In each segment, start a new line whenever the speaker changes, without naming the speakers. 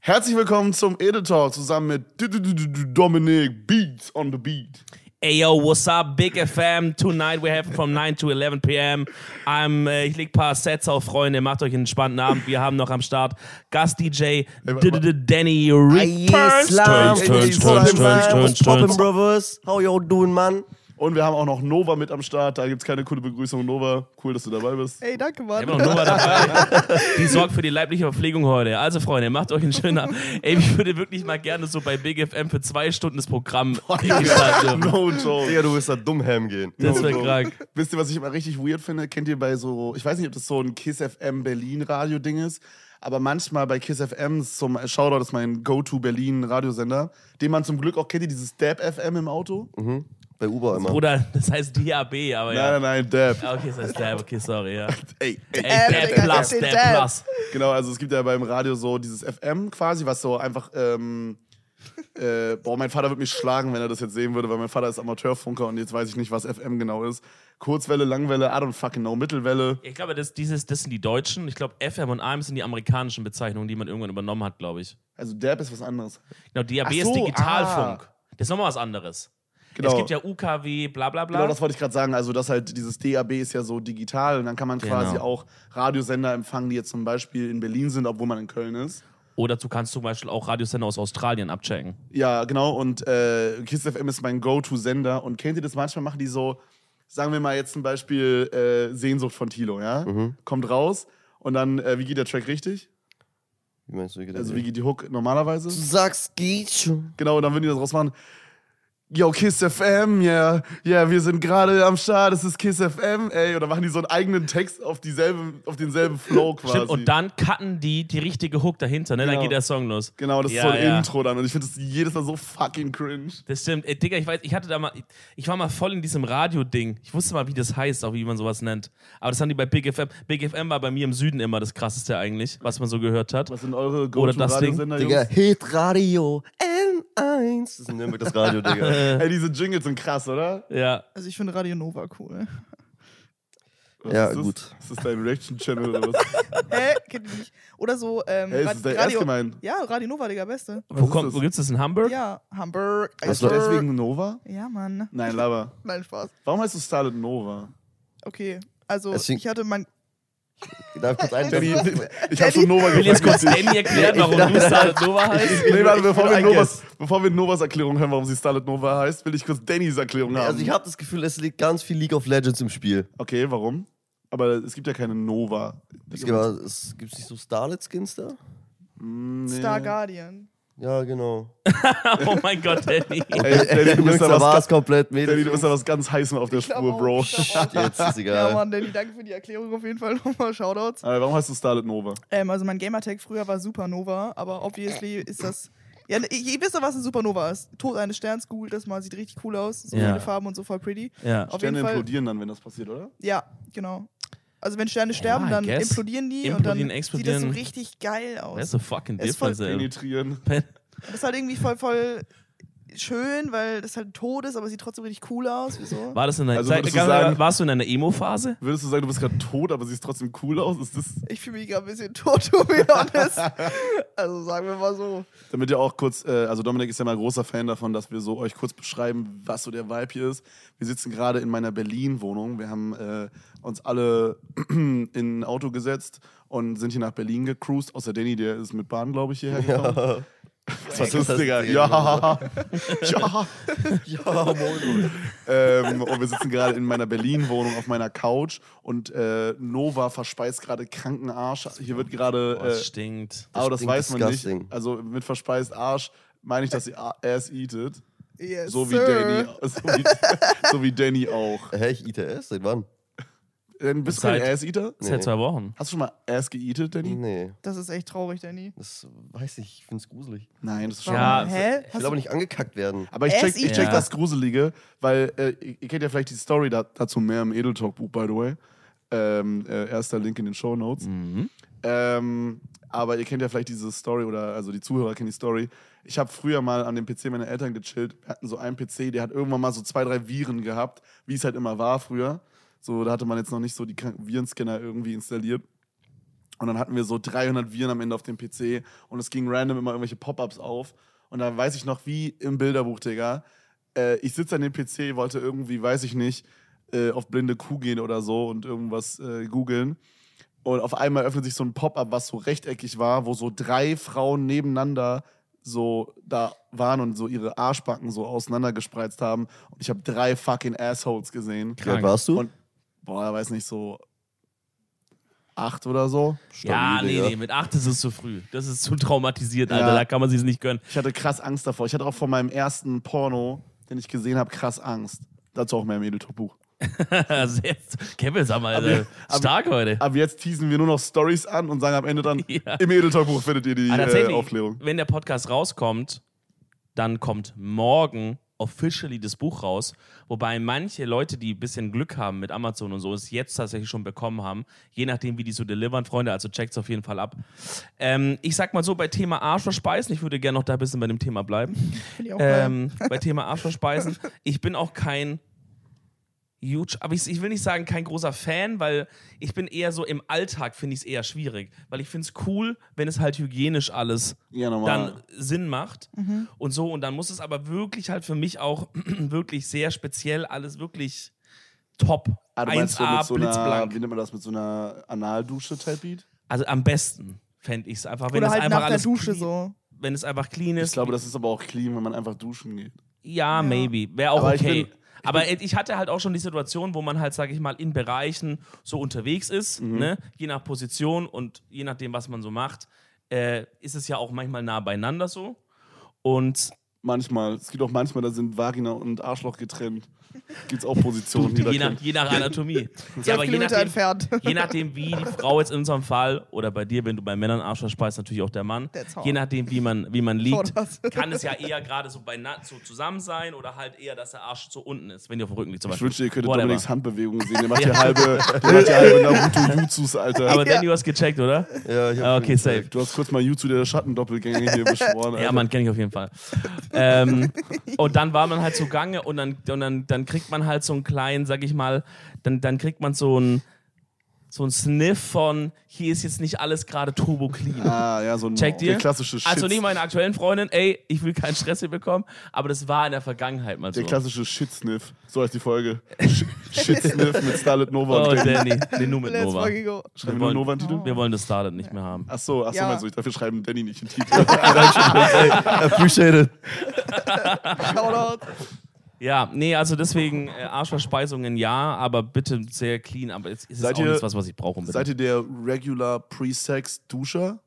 Herzlich willkommen zum Edel Talk zusammen mit D- D- D- D- Dominic Beats on the Beat.
Ey, yo, what's up, Big FM? Tonight we have from 9 to 11 p.m. I'm, äh, ich leg paar Sets auf, Freunde. Macht euch einen entspannten Abend. Wir haben noch am Start Gast-DJ
wa-
d- d- d- Danny
Aye,
Returns.
Slam.
Turns, turns, turns,
turns,
What's poppin',
turns.
Brothers? How you all doing, Mann?
Und wir haben auch noch Nova mit am Start. Da gibt's keine coole Begrüßung. Nova, cool, dass du dabei bist.
Ey, danke,
Ich
Mann.
hab noch Nova dabei. Genau, Die sorgt für die leibliche Verpflegung heute. Also, Freunde, macht euch einen schönen Abend. Ey, ich würde wirklich mal gerne so bei Big FM für zwei Stunden das Programm gestalten dürfen.
No joke.
Digga, du wirst da dumm ham gehen.
Das wäre
No, no.
krank.
Wisst ihr, was ich immer richtig weird finde? Kennt ihr bei so, ich weiß nicht, ob das so ein Kiss FM Berlin Radio Ding ist, aber manchmal bei Kiss FM zum äh, Shoutout ist mein Go-to Berlin Radiosender, den man zum Glück auch kennt, ihr dieses Dab FM im Auto?
Mhm.
Bei Uber immer.
Bruder, das heißt DAB,
Nein,
aber ja.
nein, nein, Dab.
Ah, Okay, das heißt Dab, okay, sorry, ja.
Ey,
Dab,
Ey, Dab
Digga,
Plus,
den
Dab
Dab.
Plus.
Genau, also es gibt ja beim Radio so dieses FM quasi, was so einfach. Ähm, äh, boah, mein Vater würde mich schlagen, wenn er das jetzt sehen würde, weil mein Vater ist Amateurfunker und jetzt weiß ich nicht, was FM genau ist. Kurzwelle, Langwelle, I don't fucking know, Mittelwelle.
Ich glaube, das, dieses, das sind die deutschen. Ich glaube, FM und AM sind die amerikanischen Bezeichnungen, die man irgendwann übernommen hat, glaube ich.
Also Dab ist was anderes.
Genau, DAB
Ach
ist
so,
Digitalfunk.
ah.
Das ist nochmal was anderes.
Genau.
Es gibt ja UKW, bla bla bla.
Genau, das wollte ich gerade sagen. Also, das halt, dieses DAB ist ja so digital und dann kann man quasi
Genau.
auch Radiosender empfangen, die jetzt zum Beispiel in Berlin sind, obwohl man in Köln ist.
Oder du kannst zum Beispiel auch Radiosender aus Australien abchecken.
Ja, genau. Und äh, Kiss FM ist mein Go-To-Sender. Und kennt ihr das? Manchmal machen die so, sagen wir mal jetzt zum Beispiel äh, Sehnsucht von Tilo, ja? Kommt raus und dann, äh, wie geht der Track richtig?
Wie meinst du, wie geht das?
Also wie geht die Hook normalerweise?
du sagst, geht schon.
Genau, und dann würden die das rausmachen. Yo, Kiss FM, yeah, yeah, wir sind gerade am Start, es ist Kiss FM, ey. Und dann machen die so einen eigenen Text auf, dieselbe, auf denselben Flow quasi.
Stimmt, und dann cutten die die richtige Hook dahinter, ne?
Genau.
Dann geht der Song los.
genau, das ist
Ja,
so ein
ja.
Intro dann. Und ich finde das jedes Mal so fucking cringe.
Das stimmt. Ey, Digga, ich weiß, ich hatte da mal, ich war mal voll in diesem Radio-Ding. Ich wusste mal, wie das heißt, auch wie man sowas nennt. Aber das haben die bei Big FM. Big FM war bei mir im Süden immer das krasseste eigentlich, was man so gehört hat.
Was sind eure
Oder das Ding.
Go-To-Radiosender,
Digga,
Jungs?
Hit Radio N1. Das ist in Nürnberg das Radio, Digga.
Ey, diese Jingles sind krass, oder?
Äh, Ja.
Also ich finde Radio Nova cool.
Was
Ja,
ist das?
gut.
Ist das dein Reaction-Channel oder was?
Hä? Kennt ihr Äh, nicht? Oder so, ähm,
Ey, ist
Ra-
das dein
Radio.
Erstgemein?
Ja, Radio Nova, Digga, Beste.
Wo,
ist
kommt,
das?
wo gibt's das in Hamburg?
Ja, Hamburg.
Hast
Ist das
Iceberg.
deswegen Nova?
Ja, Mann.
Nein, Lava.
Nein, Spaß.
Warum heißt du Starlet Nova?
Okay, also
Deswegen-
ich hatte mein...
Darf ich kurz
Danny,
einwerfen?
ich hab schon Nova
Ich will jetzt kurz
gefragt.
Danny erklären, warum
Ja, ich-
du Starlet Nova heißt.
Nee, warte, bevor
Ich
wir,
will
Novas, bevor wir Novas Erklärung hören, warum sie Starlet Nova heißt, will ich kurz Dannys Erklärung haben.
Also ich habe das Gefühl, es liegt ganz viel League of Legends im Spiel.
okay, warum? Aber es gibt ja keine Nova.
Es gibt es gibt's nicht so Starlet-Skins da?
Mm, Nee.
Star Guardian.
Ja, genau.
Oh mein Gott, Danny.
Ey, Danny, du
Jungs,
bist da
da war es
was,
komplett
Danny, du
Mädels.
bist da was ganz Heißes auf der
Ich glaub
Spur,
auch,
Bro.
ich glaub auch.
Jetzt ist
Ja,
egal.
Mann, Danny, danke für die Erklärung auf jeden Fall nochmal. Shoutouts.
Aber warum heißt du Starlet Nova?
Ähm, also mein Gamertag früher war Supernova, aber obviously ist das... Ja, ne, ihr ihr wisst doch, was ein Supernova ist. Tod eines Sterns, googelt das mal, sieht richtig cool aus. So
Ja.
viele Farben und so voll pretty.
Ja.
Auf
Sterne
jeden Fall.
implodieren dann, wenn das passiert, oder?
Ja, genau. Also wenn Sterne sterben,
I
dann
guess.
implodieren die
Implodieren,
und dann sieht
explodieren.
das so richtig geil
That's
aus.
a fucking
Es ist voll
difference, ey.
Penetrieren.
Das ist halt irgendwie voll, voll schön, weil das halt tot ist, aber sieht trotzdem richtig cool aus. Wieso?
War das in deiner,
Also
Sag-
würdest du
Gabriel,
sagen-
warst du in einer Emo-Phase?
Würdest du sagen, du bist gerade tot, aber siehst trotzdem cool aus? Ist das
Ich fühle mich gerade ein bisschen tot, to be honest. Also sagen wir mal so.
Damit ihr auch kurz, äh, also Dominik ist ja mal großer Fan davon, dass wir so euch kurz beschreiben, was so der Vibe hier ist. Wir sitzen gerade in meiner Berlin-Wohnung. Wir haben äh, uns alle in ein Auto gesetzt und sind hier nach Berlin gecruised. Außer Danny, der ist mit Bahn, glaube ich, hierher gekommen. Was ist, eh genau das, Digga? Ja. ja.
Ja, Mono.
ähm, und wir sitzen gerade in meiner Berlin-Wohnung auf meiner Couch und äh, Nova verspeist gerade kranken Arsch. Hier wird
Boah, Oh, es
gerade äh,
stinkt.
aber das
stinkt
weiß man
disgusting.
nicht. Also mit verspeist Arsch meine ich, dass sie A- Ass eatet.
Yes,
So wie,
sir.
Danny, so, wie, so wie Danny auch.
Hä, ich ITS? Seit wann?
Denn bist du kein
Seit-
Ass-Eater?
Das ist ja
Nee.
zwei Wochen.
Hast du schon mal Ass geeatet, Danny?
Nee.
Das ist echt traurig, Danny.
Das weiß ich, ich find's gruselig.
Nein, das ist schon
Ja.
mal.
Hä?
Ich will aber nicht angekackt werden.
Aber ich check, ich
Ass-Eater?
check
Ja.
das Gruselige, weil äh, ihr ihr kennt ja vielleicht die Story da, dazu mehr im Edeltalk-Buch, by the way. Ähm, äh, erster Link in den Show Notes. Ähm, aber ihr kennt ja vielleicht diese Story oder also die Zuhörer kennen die Story. Ich habe früher mal an dem PC meiner Eltern gechillt. Wir hatten so einen PC, der hat irgendwann mal so zwei, drei Viren gehabt, wie es halt immer war früher. So, da hatte man jetzt noch nicht so die kranken Virenscanner irgendwie installiert. Und dann hatten wir so 300 Viren am Ende auf dem PC und es ging random immer irgendwelche Pop-ups auf. Und dann weiß ich noch, wie im Bilderbuch, Digga. Äh, ich sitze an dem PC, wollte irgendwie, weiß ich nicht, äh, auf blinde Kuh gehen oder so und irgendwas äh, googeln. Und auf einmal öffnet sich so ein Pop-up, was so rechteckig war, wo so drei Frauen nebeneinander so da waren und so ihre Arschbacken so auseinandergespreizt haben. Und ich habe drei fucking Assholes gesehen.
Krank.
Wie alt warst du?
Und boah, weiß nicht, so acht oder so.
Ja,
Stabil,
nee,
Digga.
nee, mit 8 ist es zu früh. Das ist zu traumatisiert, Alter.
Ja.
Da kann man sich nicht gönnen.
Ich hatte krass Angst davor. Ich hatte auch vor meinem ersten Porno, den ich gesehen habe, krass Angst. Dazu auch mehr Mädeltuchbuch.
Also jetzt- Kevin, sag mal, Alter.
aber-
stark heute.
Aber jetzt teasen wir nur noch Stories an und sagen am Ende dann,
Ja.
im Mädeltuchbuch findet ihr die
Ah,
äh,
tatsächlich,
Aufklärung.
wenn der Podcast rauskommt, dann kommt morgen officially das Buch raus. Wobei manche Leute, die ein bisschen Glück haben mit Amazon und so, es jetzt tatsächlich schon bekommen haben. Je nachdem, wie die so delivern, Freunde. Also checkt's auf jeden Fall ab. Ähm, ich sag mal so, bei Thema Arsch verspeisen, ich würde gerne noch da ein bisschen bei dem Thema bleiben.
Finde ich auch geil.
Ähm, bei Thema Arsch verspeisen. Ich bin auch kein huge, aber ich, ich will nicht sagen kein großer Fan, weil ich bin eher so im Alltag finde ich es eher schwierig, weil ich finde es cool, wenn es halt hygienisch alles
Ja, Mhm. normal.
dann Sinn macht und so und dann muss es aber wirklich halt für mich auch wirklich sehr speziell alles wirklich top
ah, du meinst so
1A
mit so einer,
blitzblank.
wie nennt man das, mit so einer Analdusche type Beat?
also am besten fände ich es einfach, wenn
Oder
es
halt
einfach
nach der
alles
Dusche
clean,
so.
wenn es einfach clean ist.
Ich glaube, das ist aber auch clean, wenn man einfach duschen geht.
Ja,
Ja.
maybe. Wäre auch
Aber ich
okay.
bin-
aber ich hatte halt auch schon die Situation, wo man halt, sage ich mal, in Bereichen so unterwegs ist,
Mhm.
ne? je nach Position und je nachdem, was man so macht, äh, ist es ja auch manchmal nah beieinander so. Und
Manchmal. Es gibt auch manchmal, da sind Vagina und Arschloch getrennt. Gibt es auch Positionen, die da
je nach,
kennt.
je nach Anatomie. ja,
Zwölf
aber je
Kilometer
nachdem,
entfernt.
je nachdem, wie die Frau jetzt in unserem Fall oder bei dir, wenn du bei Männern Arsch verspeist, natürlich auch der Mann.
That's how.
Je nachdem, wie man, wie man liegt,
das.
kann es ja eher gerade so, beieinander- so zusammen sein oder halt eher, dass der Arsch so unten ist, wenn ihr auf dem Rücken liegt zum
Ich
Beispiel.
wünschte, ihr könntet
Whatever.
Dominiks Handbewegungen sehen. Der macht hier halbe, der macht hier halbe Naruto-Jutsus, Alter.
Aber Danny, du hast gecheckt, oder?
Ja, ich hab
Ah, okay,
schon
safe.
Du hast kurz mal Jutsu der Schattendoppelgänge hier beschworen. Alter.
Ja, man kenne ich auf jeden Fall. ähm, und dann war man halt so gange und dann, und dann, dann kriegt man halt so einen kleinen, sag ich mal, dann, dann kriegt man so einen so einen Sniff von, hier ist jetzt nicht alles gerade turbo clean.
Ah, ja, so ein
Checkt ihr?
der klassische Shit.
also nicht meine aktuellen Freundin, ey, ich will keinen Stress hier bekommen, aber das war in der Vergangenheit mal so.
der klassische Shit-Sniff. So heißt die Folge. Sh- Shit-Sniff mit Starlet Nova.
oh,
und Danny.
Danny, nee, nur mit
Let's
Nova.
fucking go.
Schreiben wir
Wir
nur
wollen-
Nova einen Titel?
Wir wollen das Starlet nicht mehr haben.
Ach so, ach so,
Ja.
meinst du, ich, dafür schreiben Danny nicht einen Titel.
Appreciate it.
Shoutout.
Ja, nee, also deswegen äh, Arschverspeisungen ja, aber bitte sehr clean, aber es, es ist
Seid
auch
ihr-
nichts, was, was ich brauche. unbedingt.
Seid ihr der regular Pre-Sex-Duscher?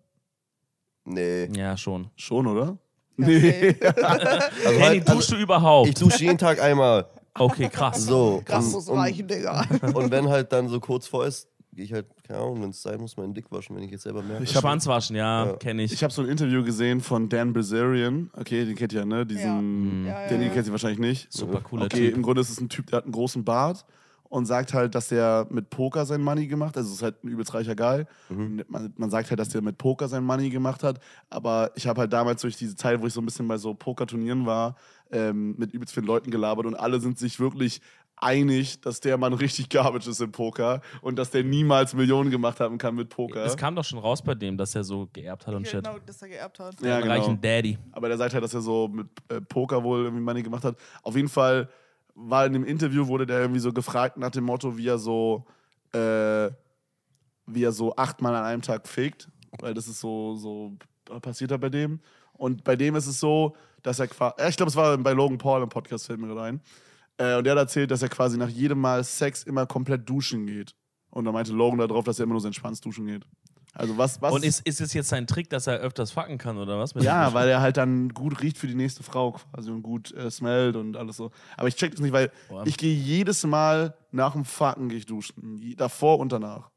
Nee.
Ja, schon.
Schon, oder?
Nee.
Also
Danny,
halt,
duschst
also,
du überhaupt?
ich dusche jeden Tag einmal.
okay, krass.
So.
Krass,
und-
muss
und-
reichen, Digga.
Und wenn halt dann so kurz vor ist, gehe ich halt, keine Ahnung, wenn es sein muss, meinen Dick waschen, wenn ich jetzt selber merke.
Ich hab-
Schwanzwaschen, ja,
Ja.
kenne ich.
Ich habe so ein Interview gesehen von Dan Bilzerian. Okay, den kennt ihr ja, ne? Diesen,
Ja. Ja, ja,
Danny
ja.
kennt ihr wahrscheinlich nicht.
Super cooler
Okay, im
Typ.
Grunde ist es ein Typ, der hat einen großen Bart und sagt halt, dass der mit Poker sein Money gemacht hat. Also ist halt ein übelst reicher Guy.
Mhm.
Und Man, man sagt halt, dass der mit Poker sein Money gemacht hat. Aber ich habe halt damals durch diese Zeit, wo ich so ein bisschen bei so Pokerturnieren war, ähm, mit übelst vielen Leuten gelabert und alle sind sich wirklich einig, dass der Mann richtig garbage ist im Poker und dass der niemals Millionen gemacht haben kann mit Poker.
Es kam doch schon raus bei dem, dass er so geerbt hat und shit.
Genau, dass er geerbt hat.
Ja,
Einen
genau.
Reichen Daddy.
Aber der sagt halt, dass er so mit äh, Poker wohl irgendwie Money gemacht hat. Auf jeden Fall war in dem Interview, wurde der irgendwie so gefragt nach dem Motto, wie er so, äh, wie er so achtmal an einem Tag fegt. Weil das ist so, so passiert da bei dem. Und bei dem ist es so, dass er quasi, ich glaube, es war bei Logan Paul im Podcast, fällt mir gerade ein. Äh, und der hat erzählt, dass er quasi nach jedem Mal Sex immer komplett duschen geht. Und da meinte Logan darauf, dass er immer nur seinen Schwanz duschen geht. Also was, was
Und ist, ist es jetzt sein Trick, dass er öfters fucken kann oder was? Mit
ja,
dem-
weil er halt dann gut riecht für die nächste Frau quasi und gut äh, smellt und alles so. Aber ich check das nicht, weil
Boah.
ich gehe jedes Mal nach dem Facken gehe ich duschen. Je- Davor und danach.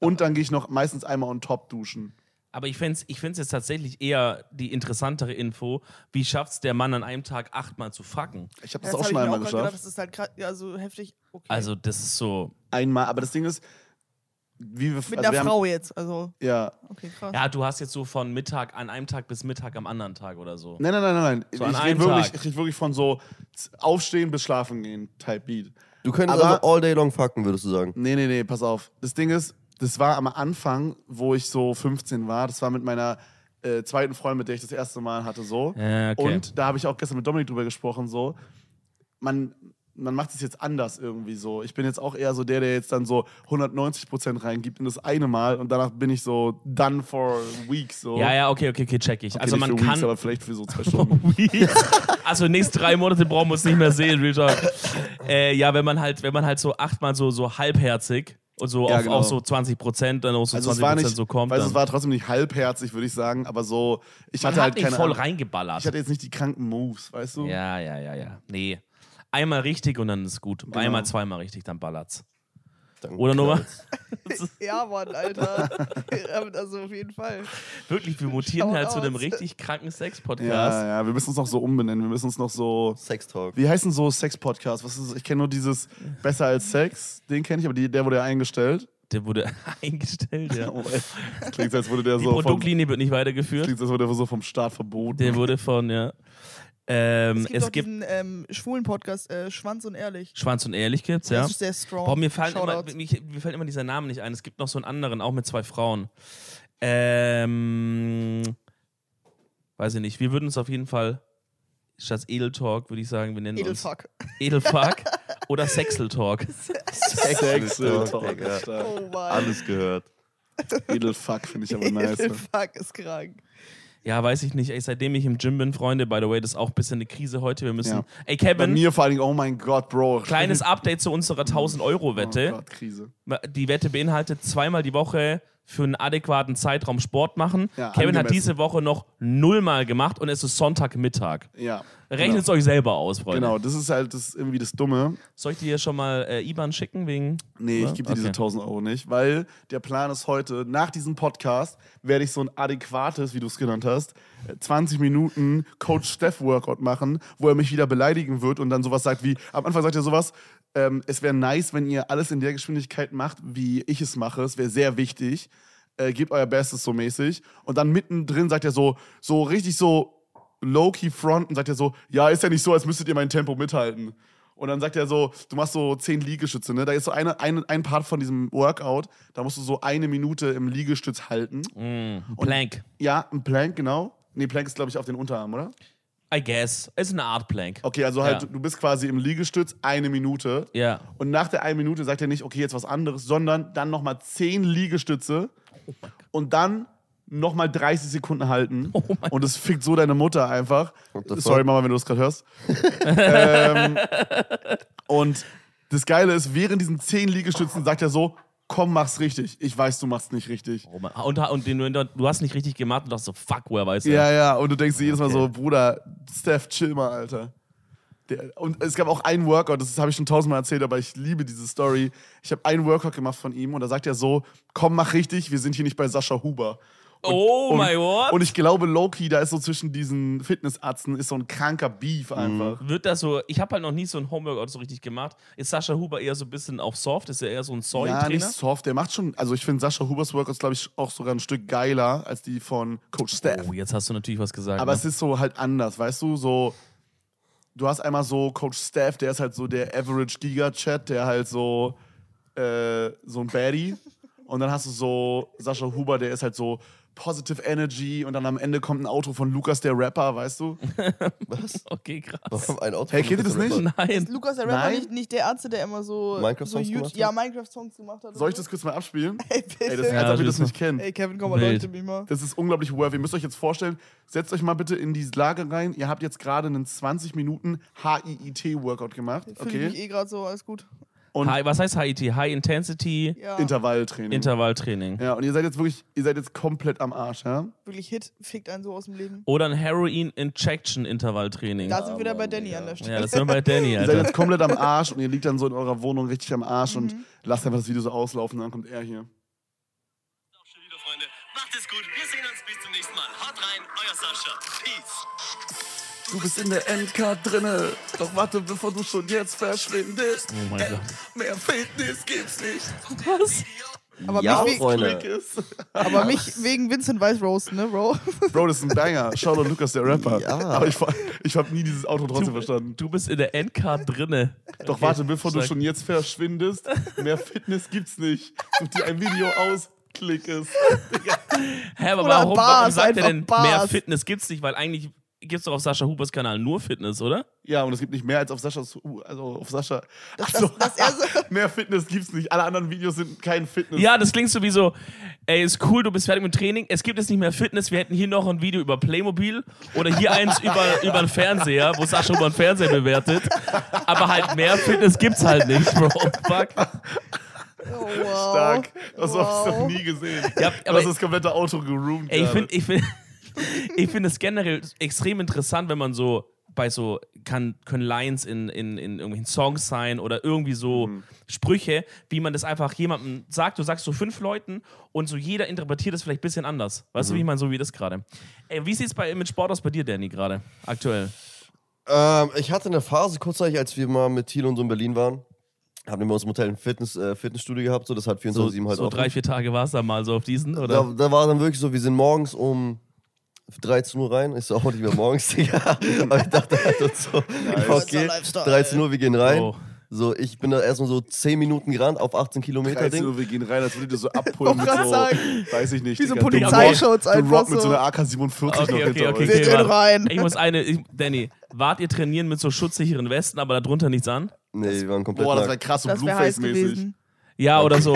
Und dann gehe ich noch meistens einmal on top duschen.
Aber ich fände es ich find's jetzt tatsächlich eher die interessantere Info, wie schafft es der Mann an einem Tag achtmal zu fucken?
Ich habe das,
Das hab
auch
ich
schon
mir
einmal
grad
geschafft.
gedacht, das ist halt krass, ja, also heftig. Okay.
Also das ist so,
einmal, aber das Ding ist, wie wir
mit
also
einer
wir
Frau jetzt, also
Haben, ja.
okay, krass.
ja, du hast jetzt so von Mittag an einem Tag bis Mittag am anderen Tag oder so.
Nein, nein, nein, nein.
So
nein.
an
ich
einem
rede wirklich,
Tag.
ich red wirklich von so z- aufstehen bis schlafen gehen Type Beat.
Du könntest
Aber-
also all day long fucken, würdest du sagen.
Nee, nee, nee, pass auf. Das Ding ist, das war am Anfang, wo ich so 15 war, das war mit meiner äh, zweiten Freundin, mit der ich das erste Mal hatte, so.
Ja, okay.
Und da habe ich auch gestern mit Dominik drüber gesprochen, so. Man, man macht es jetzt anders irgendwie so. Ich bin jetzt auch eher so der, der jetzt dann so 190 Prozent reingibt in das eine Mal und danach bin ich so done for weeks, so.
Ja, ja, okay, okay, okay, check ich.
Okay,
also
nicht
man
für
kann.
Weeks, aber vielleicht für so zwei Stunden.
also nächsten drei Monate brauchen wir es nicht mehr sehen, Richard. Äh, ja, wenn man halt, wenn man halt so achtmal so, so halbherzig und so
Ja,
auf,
genau.
auf so 20 Prozent, dann auch so
Also es
20
war
Prozent
nicht,
so kommt.
weil es
dann-
war trotzdem nicht halbherzig, würde ich sagen, aber so, ich
man
hatte
hat
halt
nicht
keine
voll
Ahnung.
reingeballert.
Ich hatte jetzt nicht die kranken Moves, weißt du?
ja, ja, ja, ja. Nee. Einmal richtig und dann ist gut.
Genau.
Einmal, zweimal richtig, dann ballert's.
Danke,
Oder Nummer?
Klaus.
also
Ja, Mann, Alter. Damit also auf jeden Fall.
Wirklich, wir mutieren
Schaut
halt zu
aus.
einem richtig kranken Sex-Podcast.
Ja, ja, wir müssen uns noch so umbenennen. Wir müssen uns noch so.
Sex Talk.
Wie heißen so Sex-Podcasts? Was ist, ich kenne nur dieses Besser als Sex, den kenne ich, aber die, der wurde ja eingestellt.
Der wurde eingestellt, ja.
Oh, ey. Das klingt, als wurde der
Die
so vom,
Produktlinie wird nicht weitergeführt.
klingt, als wurde der so vom Staat verboten.
Der wurde von, ja. Ähm,
Es gibt auch
es gibt
diesen ähm, schwulen Podcast, äh, Schwanz und Ehrlich.
Schwanz und Ehrlich gibt's, ja.
Das ist sehr strong.
Boah, mir, fallen immer,
Shoutout.
mich, mir fällt immer dieser Name nicht ein. Es gibt noch so einen anderen, auch mit zwei Frauen. Ähm, weiß ich nicht. Wir würden uns auf jeden Fall statt Edeltalk, würde ich sagen, wir nennen uns
Edelfuck.
Edelfuck oder Sexeltalk.
Sex-Talk,
Sex-Talk,
Digga.
Oh Mann.
Alles gehört.
Edelfuck finde ich aber nice. Ne?
Edelfuck ist krank.
Ja, weiß ich nicht. Ey, seitdem ich im Gym bin, Freunde, by the way, das ist auch ein bisschen eine Krise heute. Wir müssen.
Ja.
Ey,
Bei
Kevin,
mir vor allen Dingen, oh mein Gott, Bro.
kleines Update zu unserer
Oh
1000-Euro-Wette.
Gott, Krise.
die Wette beinhaltet zweimal die Woche für einen adäquaten Zeitraum Sport machen.
Ja,
Kevin hat
angemessen.
diese Woche noch nullmal gemacht und es ist Sonntagmittag.
Ja.
Rechnet es euch selber aus, Freunde.
Genau, das ist halt das, irgendwie das Dumme.
Soll ich dir hier schon mal äh, IBAN schicken wegen?
Nee,
Ja?
ich gebe dir diese
Okay.
1000 Euro nicht, weil der Plan ist heute, nach diesem Podcast werde ich so ein adäquates, wie du es genannt hast, äh, 20 Minuten Coach Steph Workout machen, wo er mich wieder beleidigen wird und dann sowas sagt wie, am Anfang sagt er sowas, ähm, es wäre nice, wenn ihr alles in der Geschwindigkeit macht, wie ich es mache, es wäre sehr wichtig, äh, gebt euer Bestes so mäßig und dann mittendrin sagt er so, so richtig so low-key fronten, sagt er so, ja, ist ja nicht so, als müsstet ihr mein Tempo mithalten. Und dann sagt er so, du machst so zehn Liegestütze, ne? Da ist so eine, ein, ein Part von diesem Workout, da musst du so eine Minute im Liegestütz halten.
Mm, Plank.
Ja, ein Plank, genau. Nee, Plank ist, glaube ich, auf den Unterarm, oder?
I guess. Ist eine Art Plank.
Okay, also halt,
Ja.
du bist quasi im Liegestütz eine Minute.
Ja.
Und nach der einen Minute sagt er nicht, okay, jetzt was anderes, sondern dann nochmal zehn Liegestütze und dann nochmal 30 Sekunden halten. und es fickt so deine Mutter einfach.
the
Sorry,
fuck?
Mama, wenn du das gerade hörst. ähm, und das Geile ist, während diesen zehn Liegestützen sagt er so, komm, mach's richtig. Ich weiß, du machst nicht richtig.
Oh Mann. Und, und den, du hast nicht richtig gemacht und dachte so, fuck, woher weiß er?
Ja, ja, und du denkst dir jedes Mal
Okay.
so, Bruder, Steph, chill mal, Alter. Der, und es gab auch einen Workout, das habe ich schon tausendmal erzählt, aber ich liebe diese Story. Ich habe einen Workout gemacht von ihm und da sagt er so, komm, mach richtig, wir sind hier nicht bei Sascha Huber. Und,
Oh
und,
my God.
Und ich glaube, Loki, da ist so zwischen diesen Fitnessatzen ist so ein kranker Beef
Mhm.
einfach.
Wird das so, ich habe halt noch nie so ein Homeworkout so richtig gemacht. Ist Sascha Huber eher so ein bisschen auf Soft? Ist er eher so ein
Ja, nicht
Sorry-Trainer?
soft. Der macht schon, also ich finde Sascha Hubers Workouts, glaube ich, auch sogar ein Stück geiler als die von Coach Steph.
oh, jetzt hast du natürlich was gesagt.
Aber
ne?
es ist so halt anders, weißt du? So, du hast einmal so Coach Staff, der ist halt so der Average Giga-Chat, der halt so, äh, so ein Baddie. Und dann hast du so Sascha Huber, der ist halt so Positive Energy. Und dann am Ende kommt ein Auto von Lukas, der Rapper, weißt du?
Was?
okay, krass.
Warum ein Auto?
Hey, kennt ihr das nicht?
Ist
Nein.
Lukas der Rapper
Nein.
nicht, nicht der Ärzte, der immer so, so
Minecraft-Songs
YouTube-
gemacht hat?
Ja, Minecraft-Songs gemacht hat.
Soll ich
oder
das kurz mal abspielen?
so? Ey, bitte.
Ey, das ist,
Ja,
als ob ihr das
das ist-
nicht kennt.
Ey, Kevin, komm mal,
Wild.
leuchte mich mal.
Das ist unglaublich worth. Ihr müsst euch jetzt vorstellen, setzt euch mal bitte in die Lage rein. Ihr habt jetzt gerade einen 20 Minuten HIIT-Workout gemacht.
Fühle ich mich
Okay.
eh gerade so, alles gut.
Und-
Hi, was heißt HIT? High Intensity
Ja,
Intervalltraining.
Intervalltraining.
ja, und ihr seid jetzt wirklich, ihr seid jetzt komplett am Arsch, ja?
wirklich Hit fickt einen so aus dem Leben.
Oder ein Heroin Injection Intervalltraining.
Da sind wir wieder bei
Mann,
Danny
Digga.
an der Stelle.
Ja, das sind wir bei Danny,
Ihr seid
Alter.
jetzt komplett am Arsch und ihr liegt dann so in eurer Wohnung richtig am Arsch und lasst einfach das Video so auslaufen und dann kommt er hier.
auch schon wieder, Freunde. Macht es gut. Wir sehen uns bis zum nächsten Mal. Haut rein, euer Sascha. Peace.
Du bist in der NK drinne, doch warte, bevor du schon jetzt verschwindest.
Oh mein Gott.
Mehr Fitness gibt's nicht.
Was?
Aber
ja,
mich-
Freunde.
Aber mich wegen Vincent Weiss roasten, ne, Bro?
Bro, das ist ein Banger. Shoutout Lukas, der Rapper.
Ja.
Aber ich, ich habe nie dieses Auto trotzdem verstanden.
Du bist in der Endcard drinne.
Doch warte, bevor du
Sag-
schon jetzt verschwindest, mehr Fitness gibt's nicht. Such dir ein Video aus, klick es.
Hä, aber warum,
Oder
warum
Bars,
sagt er
einfach
denn,
Bars.
mehr Fitness gibt's nicht? Weil eigentlich gibt's doch auf Sascha Hubers Kanal nur Fitness, oder?
Ja, und es gibt nicht mehr als auf Saschas, uh, also auf Sascha. Ach so,
Dass, dass er so,
mehr Fitness gibt's nicht. Alle anderen Videos sind kein Fitness.
Ja, das klingt so wie so, ey, ist cool, du bist fertig mit Training. Es gibt jetzt nicht mehr Fitness. Wir hätten hier noch ein Video über Playmobil oder hier eins über, über den Fernseher, wo Sascha über den Fernseher bewertet. Aber halt mehr Fitness gibt's halt nicht, Bro. Fuck.
oh, wow.
Stark. Das
Oh, Wow.
habe ich noch nie gesehen.
Ja, aber-
das ist das komplette Auto geroomt.
Ey, ich
gerade.
finde ich find, ich find es generell extrem interessant, wenn man so bei so, kann, können Lines in, in, in irgendwelchen Songs sein oder irgendwie so Sprüche, wie man das einfach jemandem sagt. Du sagst so fünf Leuten und so jeder interpretiert das vielleicht ein bisschen anders. Weißt du, wie ich meine, so wie das gerade. Ey, wie sieht es mit Sport aus bei dir, Danny, gerade aktuell?
Ähm, ich hatte eine Phase kurzzeitig, als wir mal mit Thiel und so in Berlin waren. Haben wir bei uns im Hotel ein Fitness, äh, Fitnessstudio gehabt, so das hat
So,
24-7 halt
so
offen.
drei, vier Tage war es da mal so auf diesen,
Da,
oder?
da war dann wirklich so, wir sind morgens um 13 Uhr rein. Ist auch nicht mehr morgens, Digga. Aber ich dachte halt und so,
Unser
okay,
Lifestyle.
13 Uhr, wir gehen rein.
Oh.
So, ich bin da erstmal so 10 Minuten gerannt auf 18 Kilometer
13
Ding.
Uhr, wir gehen rein, als würdet ihr so abholen mit
Wollte grad
so,
sagen.
weiß ich nicht.
Wie so
Digga, du
Polizeischutz
Rock- du
einfach
Rock mit so
so.
einer AK-47 noch
Okay, okay,
hinter
okay.
euch.
Wir
okay
gehen
warte.
rein.
Ich muss eine, ich, Danny, wart ihr trainieren mit so schutzsicheren Westen, aber darunter nichts an?
Nee, wir waren komplett
Boah, das
nackt.
wäre krass, so
Das wäre heiß
Blueface-mäßig.
gewesen.
Ja, oder so.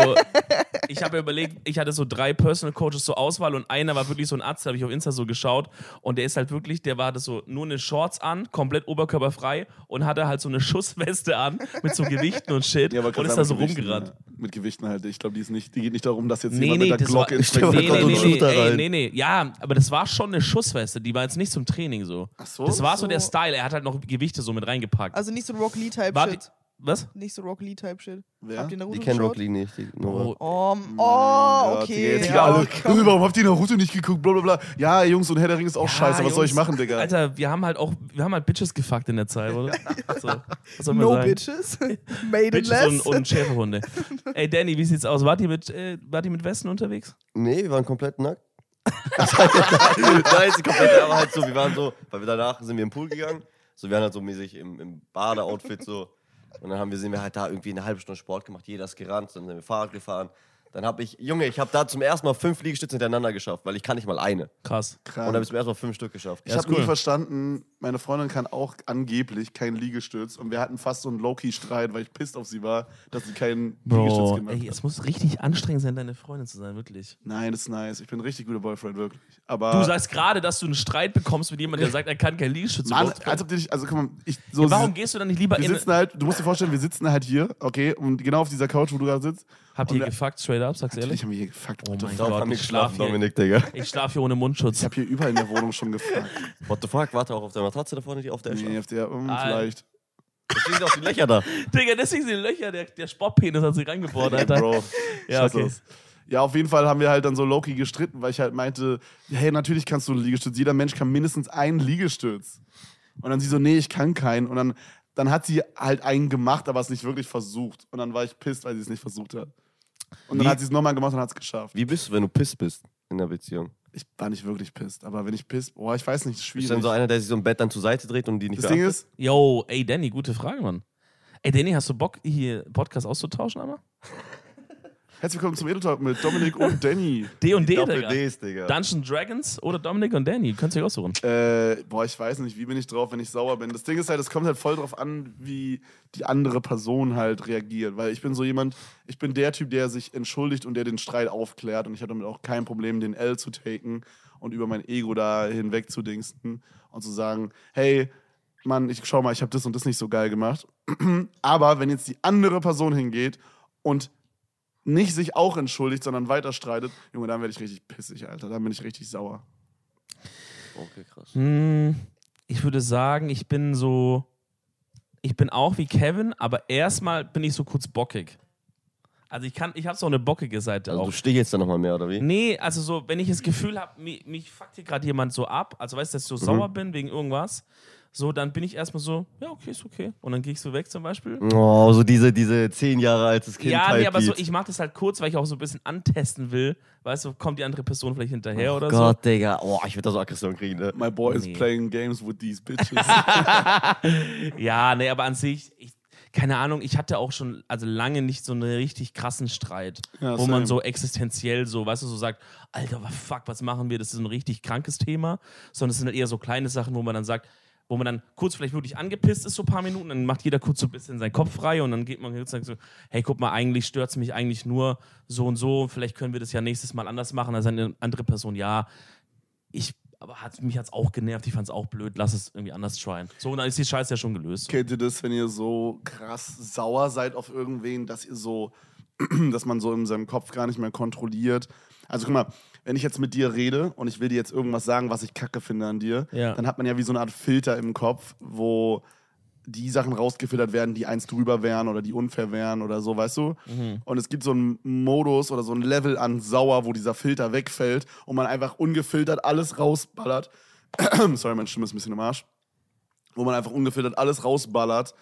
Ich habe ja überlegt, ich hatte so drei Personal Coaches zur Auswahl und einer war wirklich so ein Arzt, da habe ich auf Insta so geschaut und der ist halt wirklich, der war das so nur eine Shorts an, komplett oberkörperfrei und hatte halt so eine Schussweste an mit so Gewichten und Shit
Ja, aber
und
krass,
ist da
mit
so
Gewichten,
rumgerannt.
ja. Mit Gewichten halt. Ich glaube, die, ist nicht- die geht nicht darum, dass jetzt
Nee,
jemand
nee,
mit der
das war-
Glocke ins Spektrum
Nee,
Nee,
Da kommt
nee,
kommt.
so ein
nee,
Schuss da
nee,
rein.
nee, nee, ja, aber das war schon eine Schussweste, die war jetzt nicht zum Training so.
Ach so.
das war so,
So.
der Style, er hat halt noch Gewichte so mit reingepackt.
Also nicht so Rock
Warte-
Lee-Type-Shit.
Was?
Nicht so Rock Lee-Type-Shit.
Wer?
Habt ihr eine
Die
Runde
kennen
geschaut?
Rock Lee nicht. Die,
Oh,
Oh, m-
Mein
oh
Gott, Digga,
okay.
Jetzt wieder
ja,
alle,
komm.
"Äh, warum habt ihr Naruto nicht geguckt? Blablabla. Ja, Jungs, und Herr der Ring ist auch Oh, scheiße. Was soll ich
Jungs,
machen, Digga?
Alter, wir haben halt auch, wir haben halt Bitches gefuckt in der Zeit, oder? So, was soll man
No
sagen?
bitches. Made in
Bitches
less.
und, und Schäferhunde. Ey, Danny, wie sieht's aus? Wart ihr mit, äh, wart ihr mit Westen unterwegs?
Nee, wir waren komplett nackt. Nein, sie komplett, aber halt so, wir waren so, weil wir danach sind wir im Pool gegangen, so wir waren halt so mäßig im, im Badeoutfit so und dann haben wir, sind wir halt da irgendwie eine halbe Stunde Sport gemacht, jeder ist gerannt, dann sind wir Fahrrad gefahren, dann habe ich, Junge, ich habe da zum ersten Mal fünf Liegestütze hintereinander geschafft, weil ich kann nicht mal eine
Krass.
Krank.
und dann habe ich zum ersten Mal fünf Stück geschafft.
Ich
Ja,
hab
ist
habe
cool.
nie verstanden, meine Freundin kann auch angeblich keinen Liegestütz und wir hatten fast so einen Low-Key-Streit, weil ich pisst auf sie war, dass sie keinen Liegestütz
Bro,
gemacht
ey,
hat.
es muss richtig anstrengend sein, deine Freundin zu sein, wirklich.
Nein, das ist nice. Ich bin ein richtig guter Boyfriend, wirklich. Aber
Du sagst gerade, dass du einen Streit bekommst mit jemandem, der sagt, er kann kein Liegestütz
Mann,
überhaupt.
als ob die nicht, also guck mal, ich, so,
Ja, Warum
sie-
gehst du dann nicht lieber
wir
in.
sitzen halt, du musst dir vorstellen, wir sitzen halt hier, okay, und genau auf dieser Couch, wo du gerade sitzt.
Habt
Und
ihr
wir-
gefuckt, straight up, sagst du
Ich
ehrlich?
habe mich hier gefuckt.
Oh
What the
mein
fuck?
Gott.
Darauf haben wir
ich
geschlafen,
schlaf hier.
Dominik, Digga.
Ich schlafe hier ohne Mundschutz.
Ich habe hier überall in der Wohnung schon gefragt.
What the fuck, warte auch auf der Matratze da vorne, die auf der
Nee,
nee.
auf der, hm,
Alter.
vielleicht.
Deswegen sind auch die Löcher da.
Digga, deswegen sind die Löcher, der, der Sportpenis hat sich reingebohrt, Alter.
Bro.
Ja,
Scheiß
okay.
aus. Ja, auf jeden Fall haben wir halt dann so Loki gestritten, weil ich halt meinte, hey, natürlich kannst du einen Liegestütz. Jeder Mensch kann mindestens einen Liegestütz. Und dann sie so, nee, ich kann keinen. Und dann, dann hat sie halt einen gemacht, aber es nicht wirklich versucht. Und dann war ich pisst, weil sie es nicht versucht hat. Und dann
Wie-
hat sie es nochmal gemacht und hat es geschafft.
Wie bist du, wenn du piss bist in der Beziehung?
Ich war nicht wirklich pisst, aber wenn ich pisst, boah, ich weiß nicht, ist schwierig.
Ist dann so einer, der sich so im Bett dann zur Seite dreht und die nicht
das Ding
beachtet?
ist,
Yo, ey, Danny, gute Frage, Mann. Ey, Danny, hast du Bock, hier Podcast auszutauschen einmal?
herzlich willkommen zum Edel Talk mit Dominik und Danny.
D und D,
Doppel
Digga.
Ds, Digga.
Dungeon Dragons oder Dominik und Danny? Könnt ihr euch aussuchen.
Äh, boah, ich weiß nicht, wie bin ich drauf, wenn ich sauer bin. Das Ding ist halt, es kommt halt voll drauf an, wie die andere Person halt reagiert. Weil ich bin so jemand, ich bin der Typ, der sich entschuldigt und der den Streit aufklärt. Und ich habe damit auch kein Problem, den L zu taken und über mein Ego da hinweg zu dingsten und zu sagen, hey, Mann, ich schau mal, ich habe das und das nicht so geil gemacht. Aber wenn jetzt die andere Person hingeht und nicht sich auch entschuldigt, sondern weiter streitet, Junge, dann werde ich richtig pissig, Alter. Dann bin ich richtig sauer.
Okay, krass.
Hm, ich würde sagen, ich bin so. Ich bin auch wie Kevin, aber erstmal bin ich so kurz bockig. Also ich kann, ich habe so eine bockige Seite
Also
auch.
du stichelst dann nochmal mehr, oder wie?
Nee, also
Mhm.
so, wenn ich das Gefühl habe, mich, mich fuckt hier gerade jemand so ab, also weißt du, dass ich so sauer bin wegen irgendwas, So, dann bin ich erstmal so, ja, okay, ist okay. Und dann gehe ich so weg zum Beispiel.
Oh, so diese, diese zehn Jahre altes Kind.
Ja, nee,
Type
aber so,
Beat.
ich mache das halt kurz, weil ich auch so ein bisschen antesten will. Weißt du, kommt die andere Person vielleicht hinterher oder
Oh Gott, Digga. Oh, ich würde da so Aggression kriegen, ne?
My boy is
Nee.
playing games with these bitches.
so. Ja, nee, aber an sich, ich, keine Ahnung, ich hatte auch schon also lange nicht so einen richtig krassen Streit,
Ja,
wo
same.
man so existenziell so, weißt du, so sagt, Alter, wa- fuck, was machen wir? Das ist ein richtig krankes Thema, sondern es sind halt eher so kleine Sachen, wo man dann sagt, wo man dann kurz vielleicht wirklich angepisst ist, so ein paar Minuten, dann macht jeder kurz so ein bisschen seinen Kopf frei und dann geht man und sagt so, hey, guck mal, eigentlich stört es mich eigentlich nur so und so, vielleicht können wir das ja nächstes Mal anders machen. Dann sagt eine andere Person, ja, ich, aber hat, mich hat es auch genervt, ich fand es auch blöd, lass es irgendwie anders tryen. So, und dann ist die Scheiße ja schon gelöst.
Kennt ihr das, wenn ihr so krass sauer seid auf irgendwen, dass ihr so, dass man so in seinem Kopf gar nicht mehr kontrolliert? Also guck mal, wenn ich jetzt mit dir rede und ich will dir jetzt irgendwas sagen, was ich kacke finde an dir,
Ja.
dann hat man ja wie so eine Art Filter im Kopf, wo die Sachen rausgefiltert werden, die eins drüber wären oder die unfair wären oder so, weißt du?
Mhm.
Und es gibt so einen Modus oder so ein Level an Sauer, wo dieser Filter wegfällt und man einfach ungefiltert alles rausballert. Sorry, meine Stimme ist ein bisschen im Arsch wo man einfach ungefiltert alles rausballert,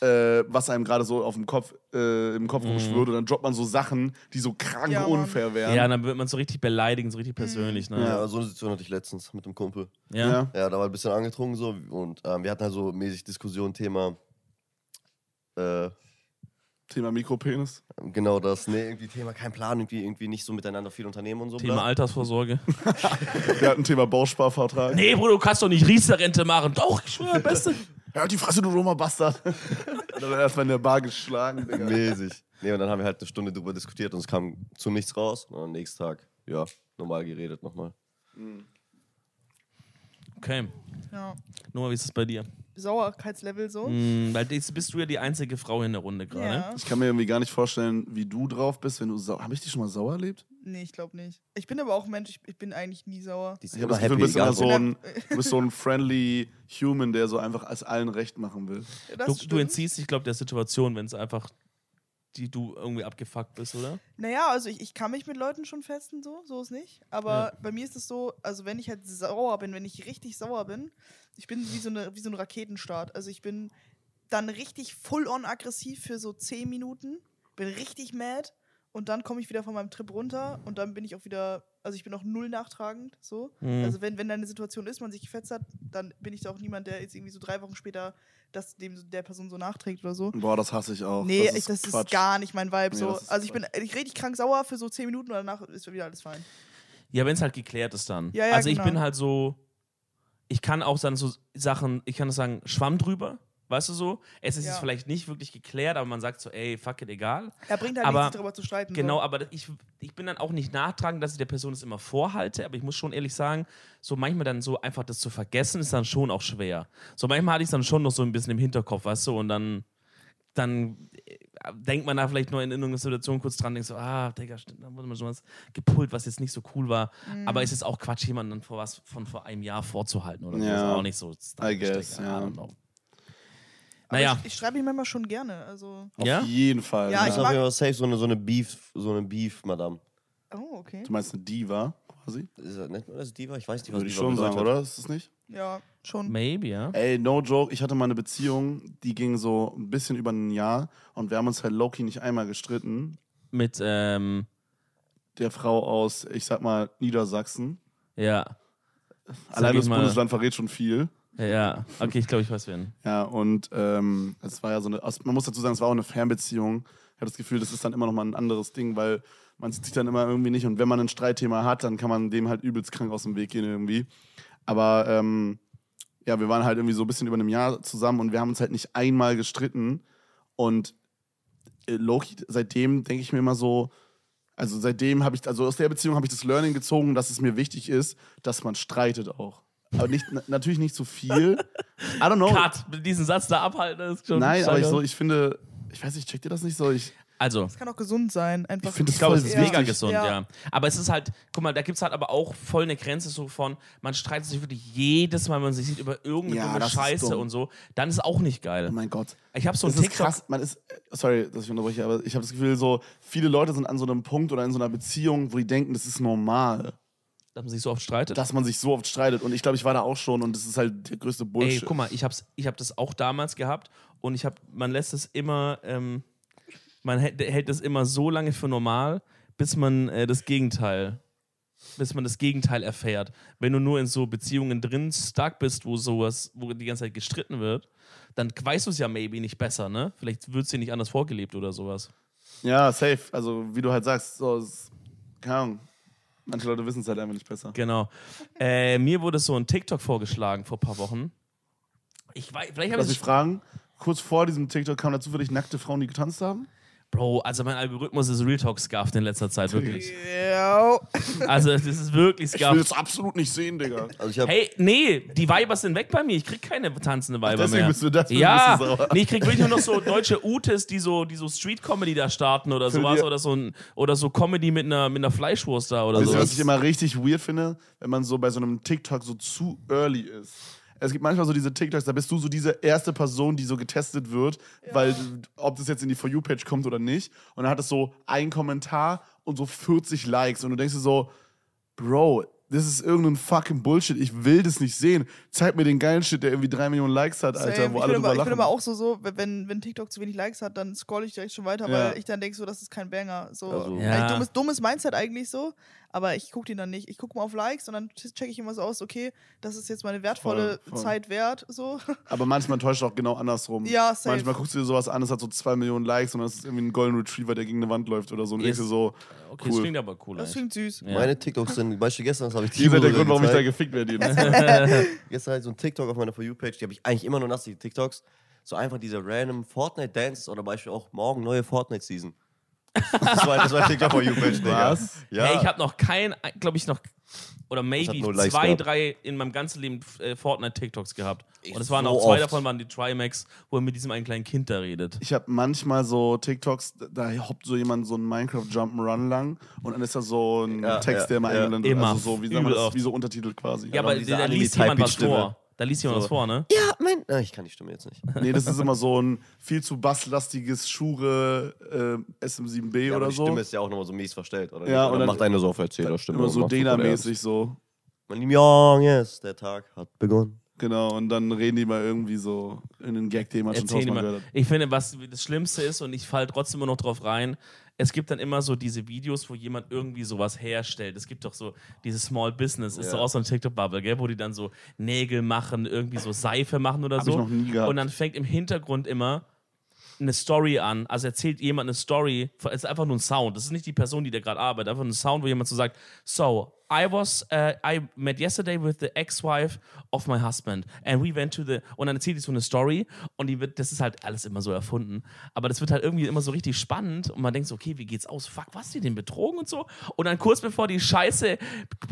äh, was einem gerade so auf dem Kopf, äh, im Kopf rumschwirrt. Und dann droppt man so Sachen, die so krank
Ja, Mann.
unfair wären.
Ja, dann wird man so richtig beleidigen, so richtig
Mhm.
persönlich. Ne?
Ja, so eine Situation hatte ich letztens mit einem Kumpel.
Ja.
Ja.
Ja, da war ein bisschen angetrunken so und ähm, wir hatten halt so mäßig Diskussion, Thema. Äh,
Thema Mikropenis.
genau das, ne, irgendwie Thema, kein Plan, irgendwie, irgendwie nicht so miteinander viel unternehmen und so.
Thema
bla.
Altersvorsorge.
Wir hatten Thema Bausparvertrag.
nee, Bruder, du kannst doch nicht Riester-Rente machen. Doch, ich schwöre, Beste.
Hört die Fresse, du Roma Bastard. Und dann wird erstmal in der Bar geschlagen, Digga.
Mäßig. Nee, und dann haben wir halt eine Stunde drüber diskutiert und es kam zu nichts raus. Und am nächsten Tag, ja, normal geredet nochmal.
Okay,
Ja.
Noah, wie ist es bei dir?
Sauerkeitslevel so.
Hm, weil jetzt bist du ja die einzige Frau in der Runde gerade.
Ja.
Ich kann mir irgendwie gar nicht vorstellen, wie du drauf bist, wenn du sauer. Habe ich dich schon mal sauer erlebt?
Nee, ich glaube nicht. Ich bin aber auch ein Mensch, ich, ich bin eigentlich nie sauer.
Die sind
Ich habe das Gefühl, du bist, immer so ein, du bist so ein friendly Human, der so einfach als allen recht machen will.
Ja, das
Du,
stimmt.
du entziehst dich, glaube der Situation, wenn es einfach die du irgendwie abgefuckt bist, oder?
Naja, also ich, ich kann mich mit Leuten schon festen, so, so ist nicht. Aber bei mir ist es so, also wenn ich halt sauer bin, wenn ich richtig sauer bin, ich bin wie so, eine, wie so ein Raketenstart. Also ich bin dann richtig full-on aggressiv für so 10 Minuten, bin richtig mad und dann komme ich wieder von meinem Trip runter und dann bin ich auch wieder, also ich bin auch null nachtragend, so.
Mhm.
Also wenn, wenn da eine Situation ist, man sich gefetzt hat, dann bin ich da auch niemand, der jetzt irgendwie so drei Wochen später das dem der Person so nachträgt oder so.
Boah, das hasse ich auch.
Nee, das ist, das ist
Quatsch.
gar nicht mein Vibe.
Nee,
so.
das ist
Also ich bin ich richtig krank sauer für so 10 Minuten und danach ist wieder alles fein.
Ja, wenn es halt geklärt ist dann.
Ja, ja,
also ich
genau.
bin halt so, ich kann auch dann so Sachen, ich kann das sagen, Schwamm drüber, weißt du so? Es ist
Ja.
jetzt vielleicht nicht wirklich geklärt, aber man sagt so, ey, fuck it, egal.
Er bringt halt
Aber-
nichts darüber zu streiten.
Genau,
so.
aber ich, ich bin dann auch nicht nachtragend, dass ich der Person das immer vorhalte, aber ich muss schon ehrlich sagen, so manchmal dann so einfach das zu vergessen, ist dann schon auch schwer. So manchmal hatte ich es dann schon noch so ein bisschen im Hinterkopf, weißt du, und dann, dann äh, denkt man da vielleicht nur in irgendeiner Situation kurz dran, denkt so, ah, Digga, stimmt, da wurde man schon was gepult, was jetzt nicht so cool war.
Mhm.
Aber es ist auch Quatsch, jemanden dann vor was von vor einem Jahr vorzuhalten oder so.
Ja.
Ist auch nicht so. stylisch,
guess,
Digga, I
ja.
don't know.
Aber
Naja,
Ich, ich schreibe ihm manchmal schon gerne. Also.
Auf
Ja?
jeden Fall.
Ah,
Ja,
Ich
mag-
habe immer safe so eine, so eine Beef, so eine Beef, Madame.
Oh, okay.
Du meinst eine Diva quasi?
Ist das, nennt man das Diva? Ich weiß nicht, was
Würde ich
Diva
schon sagen,
bedeutet.
oder? Ist das nicht?
Ja, schon.
maybe, ja.
Ey, no joke, ich hatte mal eine Beziehung, die ging so ein bisschen über ein Jahr und wir haben uns halt Loki nicht einmal gestritten.
Mit, ähm,
Der Frau aus, ich sag mal, Niedersachsen.
ja.
Allein
ich
das
mal-
Bundesland verrät schon viel.
Ja, okay, ich glaube, ich weiß wen.
Ja, und ähm, es war ja so eine, also man muss dazu sagen, es war auch eine Fernbeziehung. Ich habe das Gefühl, das ist dann immer noch mal ein anderes Ding, weil man sieht sich dann immer irgendwie nicht und wenn man ein Streitthema hat, dann kann man dem halt übelst krank aus dem Weg gehen irgendwie. Aber ähm, ja, wir waren halt irgendwie so ein bisschen über einem Jahr zusammen und wir haben uns halt nicht einmal gestritten. Und äh, Loki, seitdem denke ich mir immer so, also seitdem habe ich, also aus der Beziehung habe ich das Learning gezogen, dass es mir wichtig ist, dass man streitet auch. Aber nicht, na, natürlich nicht so viel. I don't know.
Cut, diesen Satz da abhalten, das ist schon
Oh. Nein, aber ich,
scheiße.
so, ich finde, ich weiß nicht, checkt ihr das nicht so? Ich,
Also,
Das kann auch gesund sein. Einfach.
ich finde
ich glaube, es
voll
ist
Ja.
mega
wichtig.
gesund, ja.
Ja.
Aber es ist halt, guck mal, da gibt es halt aber auch voll eine Grenze so von, man streitet sich wirklich jedes Mal, wenn man sich sieht, über irgendeine
Ja,
dumme
das ist
Scheiße
dumm.
und so, dann ist auch nicht
Oh
geil.
mein Gott.
Ich habe so ein
Das ist krass.
TikTok.
Man ist, sorry, dass ich unterbreche, aber ich habe das Gefühl, so viele Leute sind an so einem Punkt oder in so einer Beziehung, wo die denken, das ist normal.
dass man sich so oft streitet?
dass man sich so oft streitet. Und ich glaube, ich war da auch schon und das ist halt der größte
Ey,
Bullshit.
guck mal, ich, hab's, ich hab das auch damals gehabt und ich hab, man lässt es immer, ähm, man hält, hält das immer so lange für normal, bis man äh, das Gegenteil, bis man das Gegenteil erfährt. Wenn du nur in so Beziehungen drin stark bist, wo sowas, wo die ganze Zeit gestritten wird, dann weißt du es ja maybe nicht besser, ne? Vielleicht wird es dir nicht anders vorgelebt oder sowas.
Ja, safe. Also, wie du halt sagst, so, es- keine Ahnung. Manche Leute wissen es halt einfach nicht besser.
Genau. Äh, mir wurde so ein TikTok vorgeschlagen vor ein paar Wochen. Ich weiß, vielleicht habe
Lass mich
ich
fragen, kurz vor diesem TikTok kamen da zufällig nackte Frauen, die getanzt haben?
Bro, also mein Algorithmus ist Real Talk scuffed in letzter Zeit, wirklich.
Ja.
Also, das ist wirklich
Ich will
scuffed.
es absolut nicht sehen, Digga.
Also ich habe
Hey, nee, die Weiber sind weg bei mir. Ich krieg keine tanzende Weiber
deswegen
mehr.
bist du- deswegen
ja,
bist du sauer.
nee, ich krieg wirklich nur noch so deutsche Utes, die so, die so Street-Comedy da starten oder sowas.
die-
Oder so, ein, oder so Comedy mit einer, mit einer Fleischwurst da oder
Wisst ihr, was
sowas.
ich immer richtig weird finde? Wenn man so bei so einem TikTok so zu early ist. Es gibt manchmal so diese TikToks, da bist du so diese erste Person, die so getestet wird, weil ob das jetzt in die For You-Page kommt oder nicht. Und dann hat es so einen Kommentar und so 40 Likes. Und du denkst dir so, Bro, das ist irgendein fucking Bullshit. Ich will das nicht sehen. Zeig mir den geilen Shit, der irgendwie drei Millionen Likes hat, Alter,
Same.
wo
ich,
alle
bin
drüber
aber, ich
lachen.
bin aber auch so, so wenn, wenn TikTok zu wenig Likes hat, dann scroll ich direkt schon weiter,
Ja.
weil ich dann denke, so, das ist kein Banger. So,
Also-
Ja.
Also dummes, dummes Mindset eigentlich so, aber ich gucke den dann nicht. Ich gucke mal auf Likes und dann checke ich immer so aus, okay, das ist jetzt meine wertvolle
Voll, voll.
Zeit wert. So.
Aber manchmal täuscht auch genau andersrum.
Ja, safe.
Manchmal guckst du dir sowas an, es hat so zwei Millionen Likes und das ist irgendwie ein Golden Retriever, der gegen eine Wand läuft oder so. Und
Yes.
denkst du so,
Okay, das
cool.
klingt aber cool.
Das
eigentlich.
klingt süß.
Ja.
meine TikToks sind, weißt du, gestern, das habe ich
ihr seid halt der
Timo
Grund, warum ich da
gezeigt.
gefickt werde. jedes Mal.
gestern halt so ein TikTok auf meiner For You-Page, die habe ich eigentlich immer nur nass, die TikToks. So einfach diese random Fortnite-Dances oder beispielsweise auch morgen neue Fortnite-Season. Das war, das war TikTok For You-Page, Digga.
Was?
Ja.
Hey, ich habe noch kein, glaube ich, noch, oder maybe
nur Likes
zwei,
gehabt.
drei in meinem ganzen Leben äh, Fortnite-TikToks gehabt. Und es
so
waren auch zwei
oft.
davon, waren die Trimax, wo er mit diesem einen kleinen Kind da redet.
Ich habe manchmal so TikToks, da hoppt so jemand so einen Minecraft Jump'n'Run lang und dann ist da so ein
Ja,
Text,
ja,
der immer
ja.
eingeblendet wird.
Immer.
Also so, wie, sagt
Übel
man das,
oft.
wie so Untertitel quasi.
Ja,
aber
aber
diese
da liest
Anime-Type
jemand was
Stimme.
vor. Da liest jemand
So.
was vor, ne?
ja, mein. Ah, ich kann die Stimme jetzt nicht.
Nee, das ist immer so ein viel zu basslastiges Schure äh, SM7B
Ja, aber
oder
die
so.
Stimme ist ja auch nochmal so mies verstellt, oder?
Ja, und
nicht? oder
dann-
macht einer so auf Erzählerstimme.
immer so Dena-mäßig so.
Mein lieber Jung, yes, der Tag hat begonnen.
Genau, und dann reden die mal irgendwie so in den Gag, den man schon
Erzähl
tausendmal
mal.
gehört hat.
Ich finde, was das Schlimmste ist, und ich falle trotzdem immer noch drauf rein, es gibt dann immer so diese Videos, wo jemand irgendwie sowas herstellt. Es gibt doch so diese Small Business, ist
Ja.
doch auch so eine TikTok-Bubble, gell? wo die dann so Nägel machen, irgendwie so Seife machen oder
Hab
so.
ich noch nie gehabt.
Und dann fängt im Hintergrund immer eine Story an. Also erzählt jemand eine Story. Es ist einfach nur ein Sound. Das ist nicht die Person, die da gerade arbeitet. Einfach nur ein Sound, wo jemand so sagt: So, I was, äh, I met yesterday with the ex-wife of my husband. And we went to the. Und dann erzählt die so eine Story. Und die wird, das ist halt alles immer so erfunden. Aber das wird halt irgendwie immer so richtig spannend. Und man denkt so: Okay, wie geht's aus? Fuck, was, die den betrogen und so? Und dann kurz bevor die Scheiße,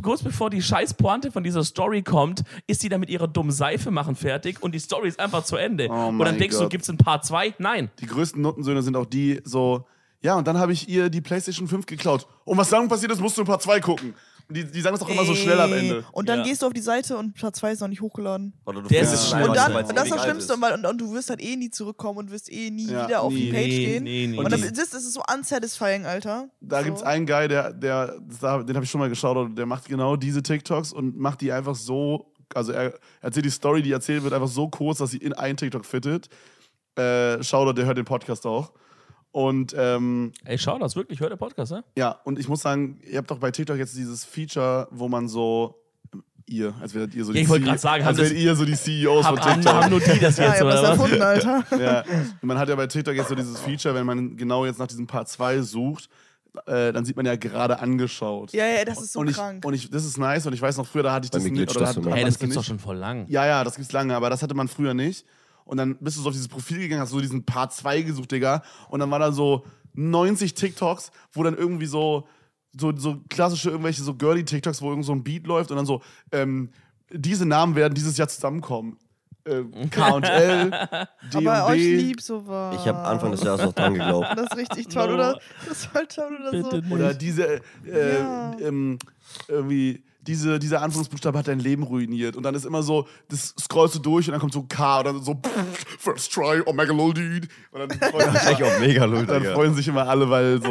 kurz bevor die Scheißpointe von dieser Story kommt, ist die dann mit ihrer dummen Seife machen fertig. Und die Story ist einfach zu Ende.
Oh
und dann
mein
denkst du,
Gott.
gibt's ein paar zwei? Nein.
Die größten Nuttensöhne sind auch die so, ja, und dann habe ich ihr die PlayStation 5 geklaut. Und was dann passiert ist, musst du in Part 2 gucken. Und die, die sagen das auch immer so schnell am Ende.
Und dann
Ja.
gehst du auf die Seite und Platz 2 ist noch nicht hochgeladen.
Oder du
Der
findest
ist
es
es
einfach
schlimm.
Und
nicht,
dann,
weil es
das ist
ewig
das
alt
Schlimmste, weil, und, und du wirst halt eh nie zurückkommen und wirst eh nie
Ja,
wieder auf die
nie.
Page
Nee,
gehen.
nee, nee.
und dann,
Nee.
das ist so unsatisfying, Alter.
Da
so.
gibt's einen Guy, der, der das da- den habe ich schon mal geschaut, der macht genau diese TikToks und macht die einfach so, also er erzählt die Story, die erzählt wird, einfach so kurz, dass sie in einen TikTok fittet. Äh, Shoutout, der hört den Podcast auch. Und ähm,
Ey, schau das wirklich, hört der Podcast, ne?
Ja, und ich muss sagen, ihr habt doch bei TikTok jetzt dieses Feature, wo man so ihr, als wärt ihr so
Ja,
die
ich wollte
CEO
gerade sagen,
als
haben
wärt ihr so die CEOs von
Haben, haben,
TikTok.
haben nur die das
Ja,
jetzt,
ich hab das
oder was?
erfunden, Alter.
Ja. Und man hat ja bei TikTok jetzt so dieses Feature, wenn man genau jetzt nach diesem Part 2 sucht, äh, dann sieht man ja gerade angeschaut.
Ja, ja, das ist so
und ich,
krank.
Und ich, das ist nice und ich weiß noch früher, da hatte ich
Bei
das
mir
nicht.
glitscht
Oder
das
hat,
immer.
hat
Ey, das
man's
gibt's doch
nicht.
schon voll lang.
Ja, ja, das gibt's lange, aber das hatte man früher nicht. Und dann bist du so auf dieses Profil gegangen, hast so diesen Part 2 gesucht, Digga. Und dann war da so 90 TikToks, wo dann irgendwie so, so, so klassische irgendwelche so girly TikToks, wo irgend so ein Beat läuft und dann so, ähm, diese Namen werden dieses Jahr zusammenkommen. Äh, K und L, D
Aber
und
euch
B
lieb sowas.
Ich habe Anfang des Jahres noch dran geglaubt.
Das ist richtig toll,
No.
oder? Das ist voll halt toll, oder so.
Bitte nicht.
oder diese, äh,
Ja.
ähm, irgendwie diese, dieser Anfangsbuchstabe hat dein Leben ruiniert. Und dann ist immer so, das scrollst du durch und dann kommt so K und dann so First Try, Omegalodid. Und dann freuen, sich
Echt
immer,
auch mega lohnt,
dann
Digga.
freuen sich immer alle, weil so,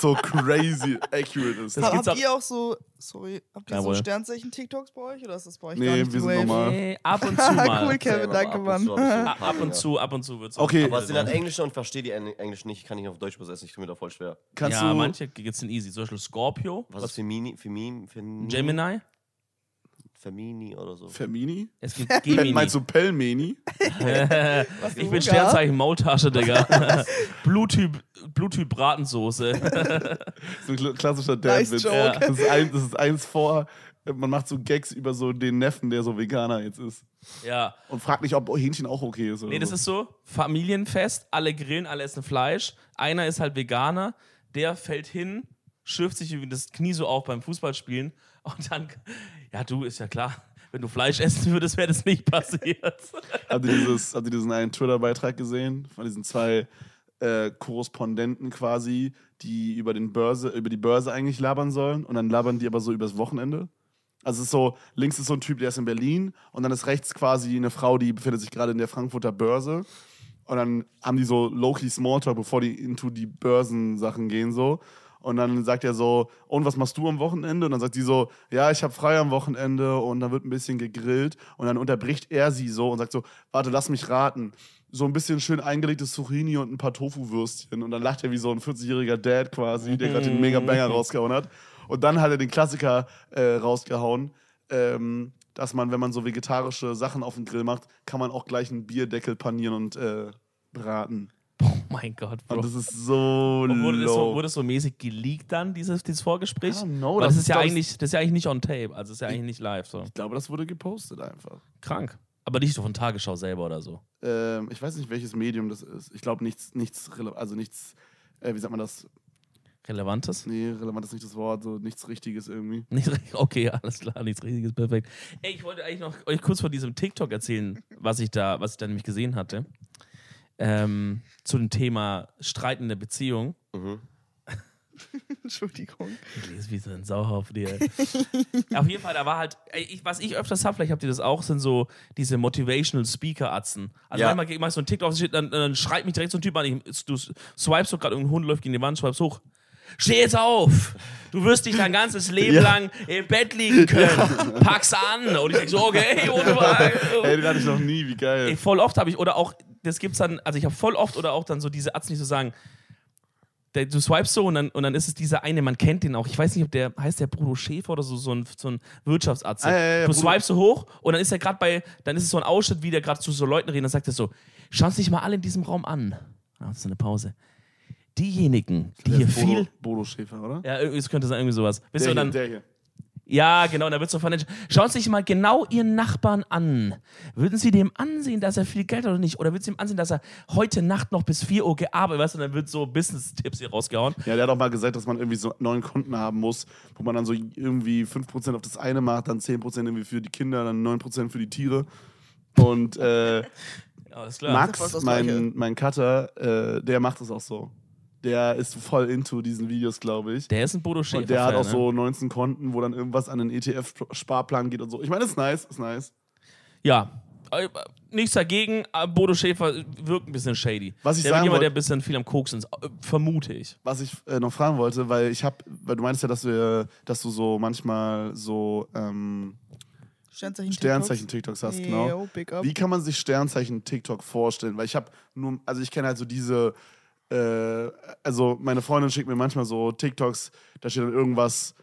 so crazy accurate ist.
Das gibt's ab-
habt ihr auch so, sorry, habt ihr
Jawohl.
so Sternzeichen-TikToks bei euch oder ist das bei euch
Nee,
gar nicht
wir
die
sind
Wave?
normal.
Nee, ab und zu mal.
cool, Kevin,
Ja,
danke,
aber ab und
Mann.
zu hab ich so ein
A-
paar
Ab und
Dinger.
zu, ab und zu wird's
Okay.
Aber es sind halt
Englisch.
Englische und verstehe die Eng- Englisch nicht, kann ich auf Deutsch übersetzen, ich tue mir da voll schwer.
Kannst
ja,
du,
manche gibt's sind easy. Zum Beispiel Scorpio,
Was, ist Femini? Femini? Femini?
Gemini.
Femini oder so.
Fermini?
Es gibt
Pel,
Gemini.
meinst du Pelmeni?
Was
ich
du
bin
sogar?
Sternzeichen Maultasche, Digga. Bluttyp, Bluttyp Bratensoße.
So ein kl- klassischer
Nice
Dad-Witz.
joke.
das, ist ein- das ist eins vor, man macht so Gags über so den Neffen, der so Veganer jetzt ist.
ja.
Und fragt nicht, ob Hähnchen auch okay ist. Oder
Nee, das
so.
ist so, Familienfest, alle grillen, alle essen Fleisch, einer ist halt Veganer, der fällt hin, schürft sich irgendwie das Knie so auf beim Fußballspielen und dann, ja du, ist ja klar, wenn du Fleisch essen würdest, wäre das nicht passiert.
Habt ihr, dieses, habt ihr diesen einen Twitter-Beitrag gesehen? Von diesen zwei äh, Korrespondenten quasi, die über, den Börse, über die Börse eigentlich labern sollen. Und dann labern die aber so übers Wochenende. Also es ist so, links ist so ein Typ, der ist in Berlin. Und dann ist rechts quasi eine Frau, die befindet sich gerade in der Frankfurter Börse. Und dann haben die so low-key Smalltalk, bevor die into die Börsensachen gehen so. Und dann sagt er so, und was machst du am Wochenende? Und dann sagt sie so, ja, ich habe frei am Wochenende und dann wird ein bisschen gegrillt. Und dann unterbricht er sie so und sagt so, warte, lass mich raten. So ein bisschen schön eingelegtes Zucchini und ein paar Tofu-Würstchen. Und dann lacht er wie so ein 40-jähriger Dad quasi, der gerade den Mega-Banger rausgehauen hat. Und dann hat er den Klassiker äh, rausgehauen, ähm, dass man, wenn man so vegetarische Sachen auf den Grill macht, kann man auch gleich einen Bierdeckel panieren und äh, braten.
Oh mein Gott, Bro.
Und das ist so
Und wurde, das so,
low.
wurde das so mäßig geleakt dann, dieses, dieses Vorgespräch?
I don't know,
Weil
das
das, ist
ist
ja
doch-
eigentlich, das ist ja eigentlich nicht on tape, also das ist ja eigentlich nicht live. So.
ich glaube, das wurde gepostet einfach.
Krank. Aber nicht so von Tagesschau selber oder so.
Ähm, ich weiß nicht, welches Medium das ist. Ich glaube, nichts, nichts, rele- also nichts, äh, wie sagt man das?
Relevantes?
Nee, relevant ist nicht das Wort, so nichts Richtiges irgendwie.
Nicht, richtig- okay, alles klar, nichts richtiges, perfekt. Ey, ich wollte eigentlich noch euch kurz von diesem TikTok erzählen, was ich da, was ich da nämlich gesehen hatte. Ähm, zu dem Thema streitende Beziehung.
Mhm.
Entschuldigung.
Ich lese wie so ein Sauhaufen hier. Auf jeden Fall, da war halt, ey, ich, was ich öfters habe, vielleicht habt ihr das auch, sind so diese Motivational Speaker-Atzen. Also
Ja.
manchmal machst so einen TikTok, dann, dann schreit mich direkt so ein Typ an, ich, du swipest so gerade, irgendein Hund läuft gegen die Wand, swipest hoch. Steh jetzt auf! Du wirst dich dein ganzes Leben lang im Bett liegen können. Pack's an! Und ich denk so, okay, ohne
Ey,
Wahl.
den hatte ich noch nie, wie geil.
Ey, voll oft habe ich, oder auch, das gibt's dann, also ich habe voll oft oder auch dann so diese Atzen, die so sagen, der, du swipest so und dann, und dann ist es dieser eine, man kennt den auch, ich weiß nicht, ob der, heißt der Bruno Schäfer oder so, so ein, so ein Wirtschaftsatze.
Ah, ja, ja, ja,
du
Bruno-
swipest so hoch und dann ist er gerade bei, dann ist es so ein Ausschnitt, wie der gerade zu so Leuten redet, dann sagt er so, schauen Sie sich mal alle in diesem Raum an. Ah, das ist eine Pause. Diejenigen, die
Der
hier
ist Bodo,
viel...
Bodo Schäfer, oder?
Ja, irgendwie- es könnte sein, irgendwie sowas. Wisst
Der, hier,
ihr, und dann,
der hier.
ja, genau, und da wird so vernetzt. Schaut sich mal genau Ihren Nachbarn an. Würden Sie dem ansehen, dass er viel Geld hat oder nicht? Oder würden Sie ihm ansehen, dass er heute Nacht noch bis 4 Uhr gearbeitet hat? Und dann wird so Business-Tipps hier rausgehauen.
Ja, der hat auch mal gesagt, dass man irgendwie so neun Konten haben muss, wo man dann so irgendwie 5% auf das eine macht, dann 10% irgendwie für die Kinder, dann 9% für die Tiere. Und äh,
Ja, alles klar.
fast
Max,
das
mein,
Gleiche.
mein Cutter, äh, der macht das auch so. Der ist voll into diesen Videos, glaube ich.
Der ist ein Bodo Schäfer.
und der hat auch
ne?
so 19 Konten, wo dann irgendwas an den ETF-Sparplan geht und so. Ich meine, ist nice, ist nice.
Ja. Äh, Nichts dagegen, aber Bodo Schäfer wirkt ein bisschen shady.
Was ich
der
sagen
jemand, der
wollte-
ein bisschen viel am Koksen ist, äh, vermute ich.
Was ich äh, noch fragen wollte, weil ich habe, weil du meinst ja, dass wir, dass du so manchmal so ähm,
Sternzeichen
Sternzeichen-TikToks hast, genau.
Yo, big oh, up.
Wie kann man sich Sternzeichen TikTok vorstellen? Weil ich habe nur, also ich kenne halt so diese, äh, also meine Freundin schickt mir manchmal so TikToks, da steht dann irgendwas.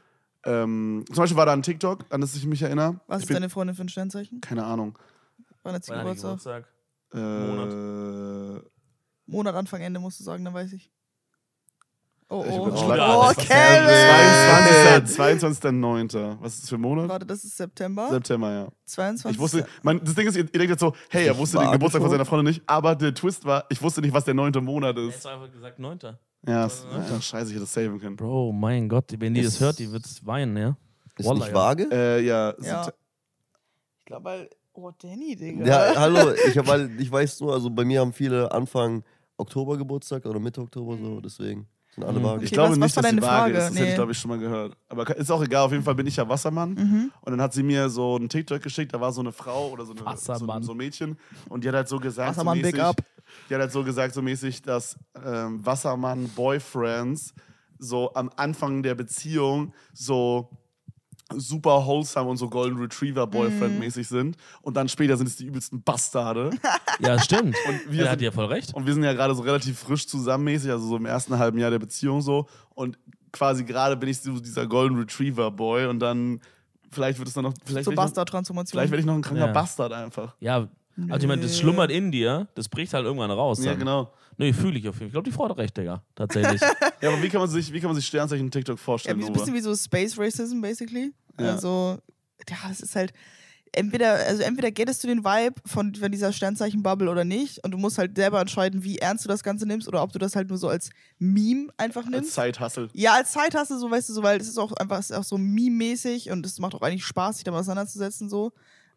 Ähm, zum Beispiel war da ein TikTok, an das ich mich erinnere.
Was
ich
ist deine Freundin für ein Sternzeichen?
Keine Ahnung.
Wann hat sie
Weil er nicht
Geburtstag?
Geburtstag.
Äh,
Monat, Anfang, Ende musst du sagen, dann weiß ich. Oh,
Ich
oh.
bin
schlecht. Oh,
Oh,
das ist
Kevin!
22. 22.09. Was ist das für ein Monat?
Warte, das ist September?
September, ja.
22.
Ich wusste, man, das Ding ist, ihr, ihr denkt jetzt so, hey, er
Ich
wusste
war
den Geburtstag von
angeschaut.
seiner Freundin nicht, aber der Twist war, ich wusste nicht, was der neunte Monat
Er
ist.
ist einfach gesagt, Neunter.
Ja, es- ja, scheiße, ich hätte das saven können.
Bro, mein Gott, wenn die
Ist-
das hört, die wird weinen, ja?
Ist
Wallah,
nicht
ja.
vage?
Äh, ja,
Ja.
Sept-
Ich glaube, weil. Oh, Danny, Digga.
Ja,
äh,
hallo, ich, hab, halt- ich weiß nur, also bei mir haben viele Anfang Oktober Geburtstag oder Mitte Oktober so, deswegen. Sind
Mhm.
alle
Ich
Waage.
Okay,
glaube
was- was
nicht,
war
dass sie
deine
vage ist.
Frage?
Das hätte ich,
Nee. Mhm.
glaube ich, schon mal gehört. Aber ist auch egal. Auf jeden Fall bin ich ja Wassermann. Und dann hat sie mir so einen TikTok geschickt. Da war so eine Frau oder so, eine, so,
Wassermann.
ein- so ein Mädchen. Und die hat halt so gesagt:
Wassermann,
so
big
mäßig,
up.
Die hat halt so gesagt, so mäßig, dass ähm, Wassermann-Boyfriends so am Anfang der Beziehung so super wholesome und so Golden
Mhm.
Retriever-Boyfriend-mäßig sind. Und dann später sind es die übelsten Bastarde.
Ja, stimmt.
wir
er hat
sind-
ja voll recht.
Und wir sind ja gerade so relativ frisch zusammenmäßig, also so im ersten halben Jahr der Beziehung so. Und quasi gerade bin ich so dieser Golden Retriever Boy und dann vielleicht wird es dann noch. Vielleicht
So
werd ich noch-
Bastard-Transformation.
Vielleicht werde ich noch ein kranker
Ja.
Bastard einfach.
Ja, also ich meine, das schlummert in dir, das bricht halt irgendwann raus.
Ja,
dann.
genau.
Nee, fühle ich auf jeden Fall. Ich glaube, die Frau hat recht, Digga. Tatsächlich.
Ja, aber wie kann man sich, wie kann man sich Sternzeichen in TikTok
Ja,
vorstellen?
wie- ein
Nova?
bisschen wie so Space Racism, basically.
Ja.
Also, ja, es ist halt. Entweder, also entweder gettest du den Vibe von, von dieser Sternzeichen-Bubble oder nicht. Und du musst halt selber entscheiden, wie ernst du das Ganze nimmst oder ob du das halt nur so als Meme einfach
Als
nimmst.
Zeithassel.
ja, als Zeit hast du so, weißt du, so, weil es ist auch einfach es ist auch so meme-mäßig und es macht auch eigentlich Spaß, sich damit auseinanderzusetzen. So.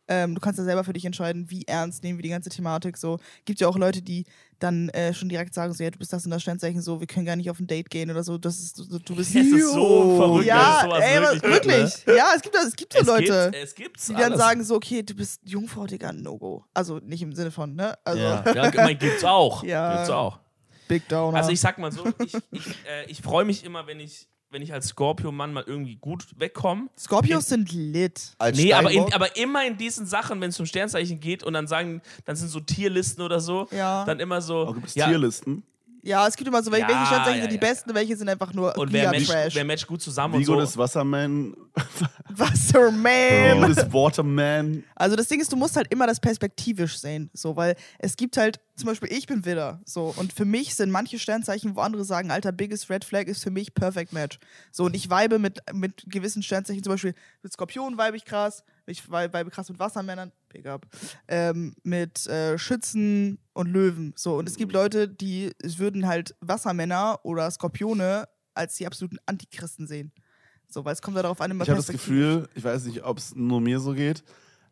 Ähm, du kannst ja selber für dich entscheiden, wie ernst nehmen wir die ganze Thematik. So gibt ja auch Leute, die dann äh, schon direkt sagen, so ja, du bist das und das Sternzeichen, so wir können gar nicht auf ein Date gehen oder so. Das ist, du, du bist
Es ist so verrückt, dass es
Ja,
sowas
ey,
wirklich
wirklich,
gibt, ne?
wirklich. ja, es gibt, es gibt so Leute,
Gibt's, es gibt's.
die dann
alles.
sagen so, okay, du bist Jungfrau, Digga, no go. Also nicht im Sinne von, ne? Also
Ja, ja ich mein, gibt's auch.
Ja.
Gibt's auch.
Big Downer.
Also ich sag mal so, ich, ich, äh, ich freue mich immer, wenn ich, wenn ich als Scorpio-Mann mal irgendwie gut wegkomme.
Scorpios sind lit.
Als
Nee, aber, in,
Steinbock?
aber immer in diesen Sachen, wenn es um Sternzeichen geht und dann sagen, dann sind so Tierlisten oder so,
Ja. Oh,
dann immer so.
Auch gibt es
ja,
Tierlisten.
Ja, es gibt immer so, wel-
Ja,
welche Sternzeichen
ja,
sind die
ja,
besten, welche sind einfach nur
Und wer
mega
matcht,
trash.
wer matcht gut zusammen
Vigo
und
des
so.
Wasserman. Vigo
Wasserman!
des Waterman.
Also das Ding ist, du musst halt immer das perspektivisch sehen, so, weil es gibt halt, zum Beispiel ich bin Widder, so, und für mich sind manche Sternzeichen, wo andere sagen, alter, biggest red flag ist für mich perfect match. So, und ich weibe mit, mit gewissen Sternzeichen, zum Beispiel mit Skorpionen weibe ich krass, ich wei- weibe krass mit Wassermännern, big up, ähm, mit äh, Schützen und Löwen, so, und es gibt Leute, die würden halt Wassermänner oder Skorpione als die absoluten Antichristen sehen. So, weil es kommt ja darauf an, immer
Ich habe das
perspektivisch.
Gefühl, ich weiß nicht, ob es nur mir so geht,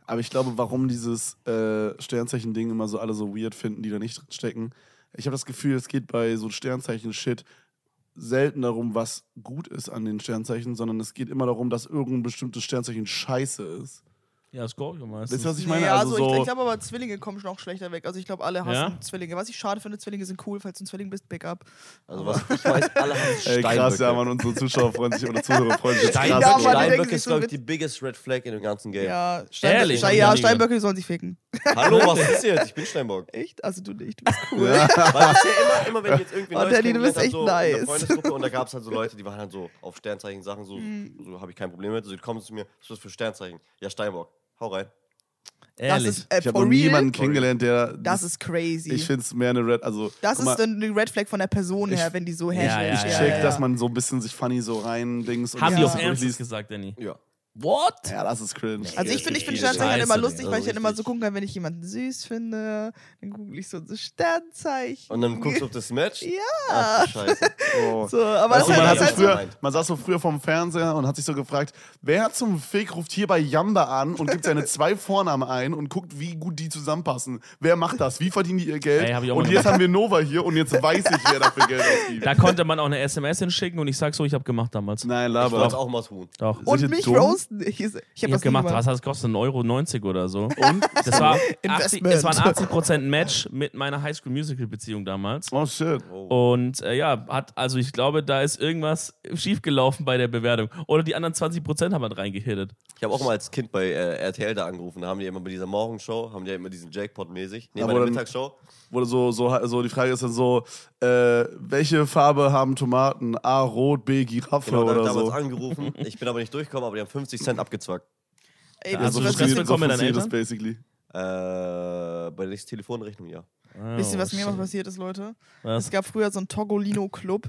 aber ich glaube, warum dieses äh, Sternzeichen-Ding immer so alle so weird finden, die da nicht drin stecken. Ich habe das Gefühl, es geht bei so Sternzeichen-Shit selten darum, was gut ist an den Sternzeichen, sondern es geht immer darum, dass irgendein bestimmtes Sternzeichen scheiße ist.
Ja, Scorpio meistens.
Wisst ihr, was ich meine?
ja,
also
also, ich,
so,
ich glaube aber, Zwillinge kommen schon auch schlechter weg. Also ich glaube, alle hassen
Ja?
Zwillinge. Was ich schade finde, Zwillinge sind cool, falls du ein Zwilling bist, Big Up.
Also was ich weiß, alle haben
ey,
Steinböcke.
krass, ja, man, unsere Zuschauer freuen sich, oder Zuhörer freuen sich jetzt krass.
Stein-
Ja,
ey.
Mann, die
Also
denken
Steinböcke
sich
ist,
so
glaube ich,
mit-
die biggest red flag in dem ganzen Game.
Ja,
Ehrlich?
Stein,
Hab
ja
ich nie
Steinböcke sollen sich ficken.
Hallo, was ist jetzt? Ich bin Steinbock.
Echt? Also du nicht, du bist cool.
Weil ich ja immer, immer, wenn ich jetzt irgendwie
Oh,
Neues
Danny, du
kennengelernt
bist
hab,
echt
so in der
nice.
Freundesgruppe und da gab es halt so Leute, die waren halt so auf Sternzeichen Sachen, so,
Mhm.
so habe ich kein Problem mit. So, die kommen zu mir, was ist das für Sternzeichen? Ja, Steinbock. Hau rein.
Das
Ehrlich.
ist äh,
Ich habe
for
noch
real.
niemanden kennengelernt, der.
das ist crazy.
Ich finde es mehr eine Red. Also,
das
guck
ist
mal,
dann die Red Flag von der Person
Ich-
her, wenn die so
ja,
herstellt.
ich
Ich check, dass man so ein bisschen sich funny so rein dings
Haben
Ja.
die auf
so
Ernst
durchliest.
gesagt, Danny?
Ja.
What?
Ja, das ist cringe.
Also ich
Das
finde,
ist
ich finde
viel
Sternzeichen immer
Scheiße,
lustig,
Digga.
weil ich dann
Also
immer so
richtig.
gucken kann, wenn ich jemanden süß finde, dann google ich so ein Sternzeichen.
Und dann guckst du auf das Match?
Ja.
Ach, du scheiße.
Oh.
so, aber
Weißt
das
Also man,
ist
hat
halt, das
sich
ist halt so,
früher, man saß so früher vorm Fernseher und hat sich so gefragt, wer zum Fick ruft hier bei Jamba an und gibt seine zwei Vornamen ein und guckt, wie gut die zusammenpassen. Wer macht das? Wie verdienen die ihr Geld?
Ey, hab ich auch
und
mal
jetzt
gemacht.
haben wir Nova hier und jetzt weiß ich, wer dafür Geld ausgibt.
Da konnte man auch eine SMS hinschicken und ich sag so, ich habe gemacht damals.
Nein,
Ich wollte es
laber.
auch mal tun.
Doch.
Sind
und
die
mich
dumm?
roasten. Ich, ich
Ich
habe das
habe
nie
gemacht,
gemacht.
was hat es gekostet? 1,90 Euro 90 oder so. Und? Das war 80,
Investment.
es waren 80% Match mit meiner Highschool Musical Beziehung damals.
Oh shit.
Und äh, ja, hat, also ich glaube, da ist irgendwas schiefgelaufen bei der Bewertung. Oder die anderen 20% haben halt reingehittet.
Ich habe auch mal als Kind bei äh, RTL da angerufen. Da haben die immer bei dieser Morgenshow, haben die ja immer diesen Jackpot mäßig. Nee,
Aber
bei der
dann-
Mittagsshow.
Wurde so, so, so, die Frage ist dann so, äh, welche Farbe haben Tomaten? A, Rot, B, Giraffe
Genau, da hab ich
oder
damals
so.
angerufen. Ich bin aber nicht durchgekommen, aber die haben 50 Cent abgezwackt.
Ey,
Also
wisst ihr,
das
was mir-
funktioniert-
ist-
so
bekommen mit deinen
funktioniert das basically.
Äh, bei der nächsten Telefonrechnung, ja.
Wisst ihr, was
Oh,
mir mal passiert ist, Leute?
Was?
Es gab früher so einen Togolino-Club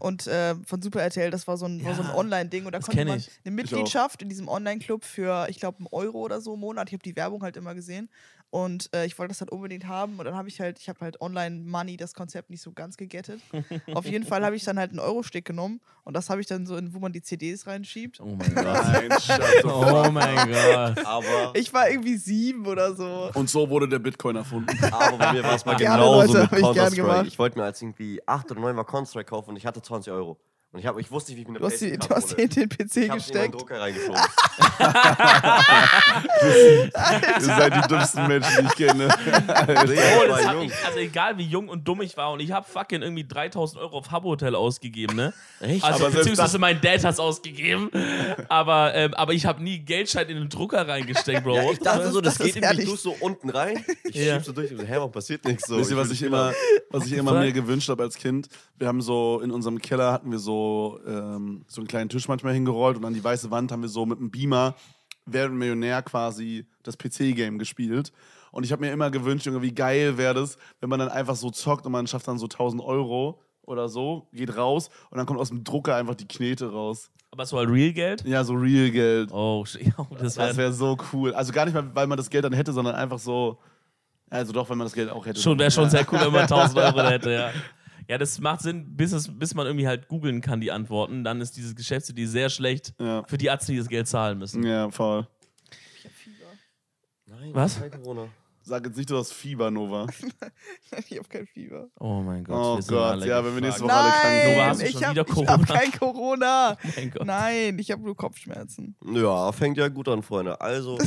und äh, von Super RTL, das war so ein, war so ein
Ja,
Online-Ding und da
das
konnte
kenn
man
ich.
eine Mitgliedschaft in diesem Online-Club für, ich glaube, einen Euro oder so im Monat. Ich habe die Werbung halt immer gesehen. Und äh, ich wollte das halt unbedingt haben. Und dann habe ich halt, ich habe halt Online-Money das Konzept nicht so ganz gegettet. Auf jeden Fall habe ich dann halt einen Euro-Stick genommen. Und das habe ich dann so, in, wo man die CDs reinschiebt.
Oh mein Gott.
Nein, Schatz.
Oh mein Gott.
Aber,
Ich war irgendwie sieben oder so.
Und so wurde der Bitcoin erfunden.
aber bei mir war es mal
Gerne,
genauso
Leute,
mit
hab ich gern
Counter-Strike.
gemacht.
Ich wollte mir als irgendwie 8 oder 9 mal Counter-Strike kaufen und ich hatte 20 Euro. Und ich, hab, ich wusste nicht, wie ich mir
Du
eine
hast die, du
Playstation
hast die in
hole.
den PC
Ich hab's in meinen
gesteckt.
Drucker reingeschoben.
Ihr seid die dümmsten Menschen, die ich kenne.
Nee,
Oh, das
ich war
hab
jung.
ich, also egal wie jung und dumm ich war und ich habe fucking irgendwie 3000 Euro auf Habbo Hotel ausgegeben, ne?
Echt?
Also
Aber selbst
beziehungsweise
das-
mein Dad hat's ausgegeben, aber, ähm, aber ich habe nie Geldschein in den Drucker reingesteckt, Bro.
Ja, ich dachte so, das,
das ist
geht irgendwie, ich tu's
ehrlich.
so unten rein, ich
Ja.
schieb so durch und so, hä, warum passiert nichts so?
Wisst ihr, was ich immer, was ich immer
fuck?
mir gewünscht habe als Kind? Wir haben so, in unserem Keller hatten wir so, ähm, so einen kleinen Tisch manchmal hingerollt und an die weiße Wand haben wir so mit einem Beamer Wer wird Millionär quasi das PC-Game gespielt. Und ich habe mir immer gewünscht, Junge, wie geil wäre das, wenn man dann einfach so zockt und man schafft dann so 1000 Euro oder so, geht raus und dann kommt aus dem Drucker einfach die Knete raus.
Aber es war real Geld?
Ja, so real Geld.
Oh, sh- ja, das
Das
wäre
wäre so cool. Also gar nicht mal, weil man das Geld dann hätte, sondern einfach so. Also doch, wenn man das Geld auch hätte.
schon, wär schon sehr cool, wenn man 1000 Euro hätte, ja. Ja, das macht Sinn, bis, es, bis man irgendwie halt googeln kann, die Antworten. Dann ist dieses Geschäftsidee sehr schlecht
Ja.
für die Ärzte, die das Geld zahlen müssen.
Ja, voll.
Ich hab Fieber.
Nein,
Was?
kein Corona.
Sag jetzt nicht, du hast Fieber, Nova.
Ich hab kein Fieber.
Oh mein Gott.
Oh
wir sind
Gott,
alle
ja, wenn wir
gefragt.
nächste Woche- alle krank.
Nein,
Nora, hast du
ich
schon
habe
wieder
hab
Corona?
kein Corona.
Mein Gott.
Nein, ich habe nur Kopfschmerzen.
Ja, fängt ja gut an, Freunde. Also,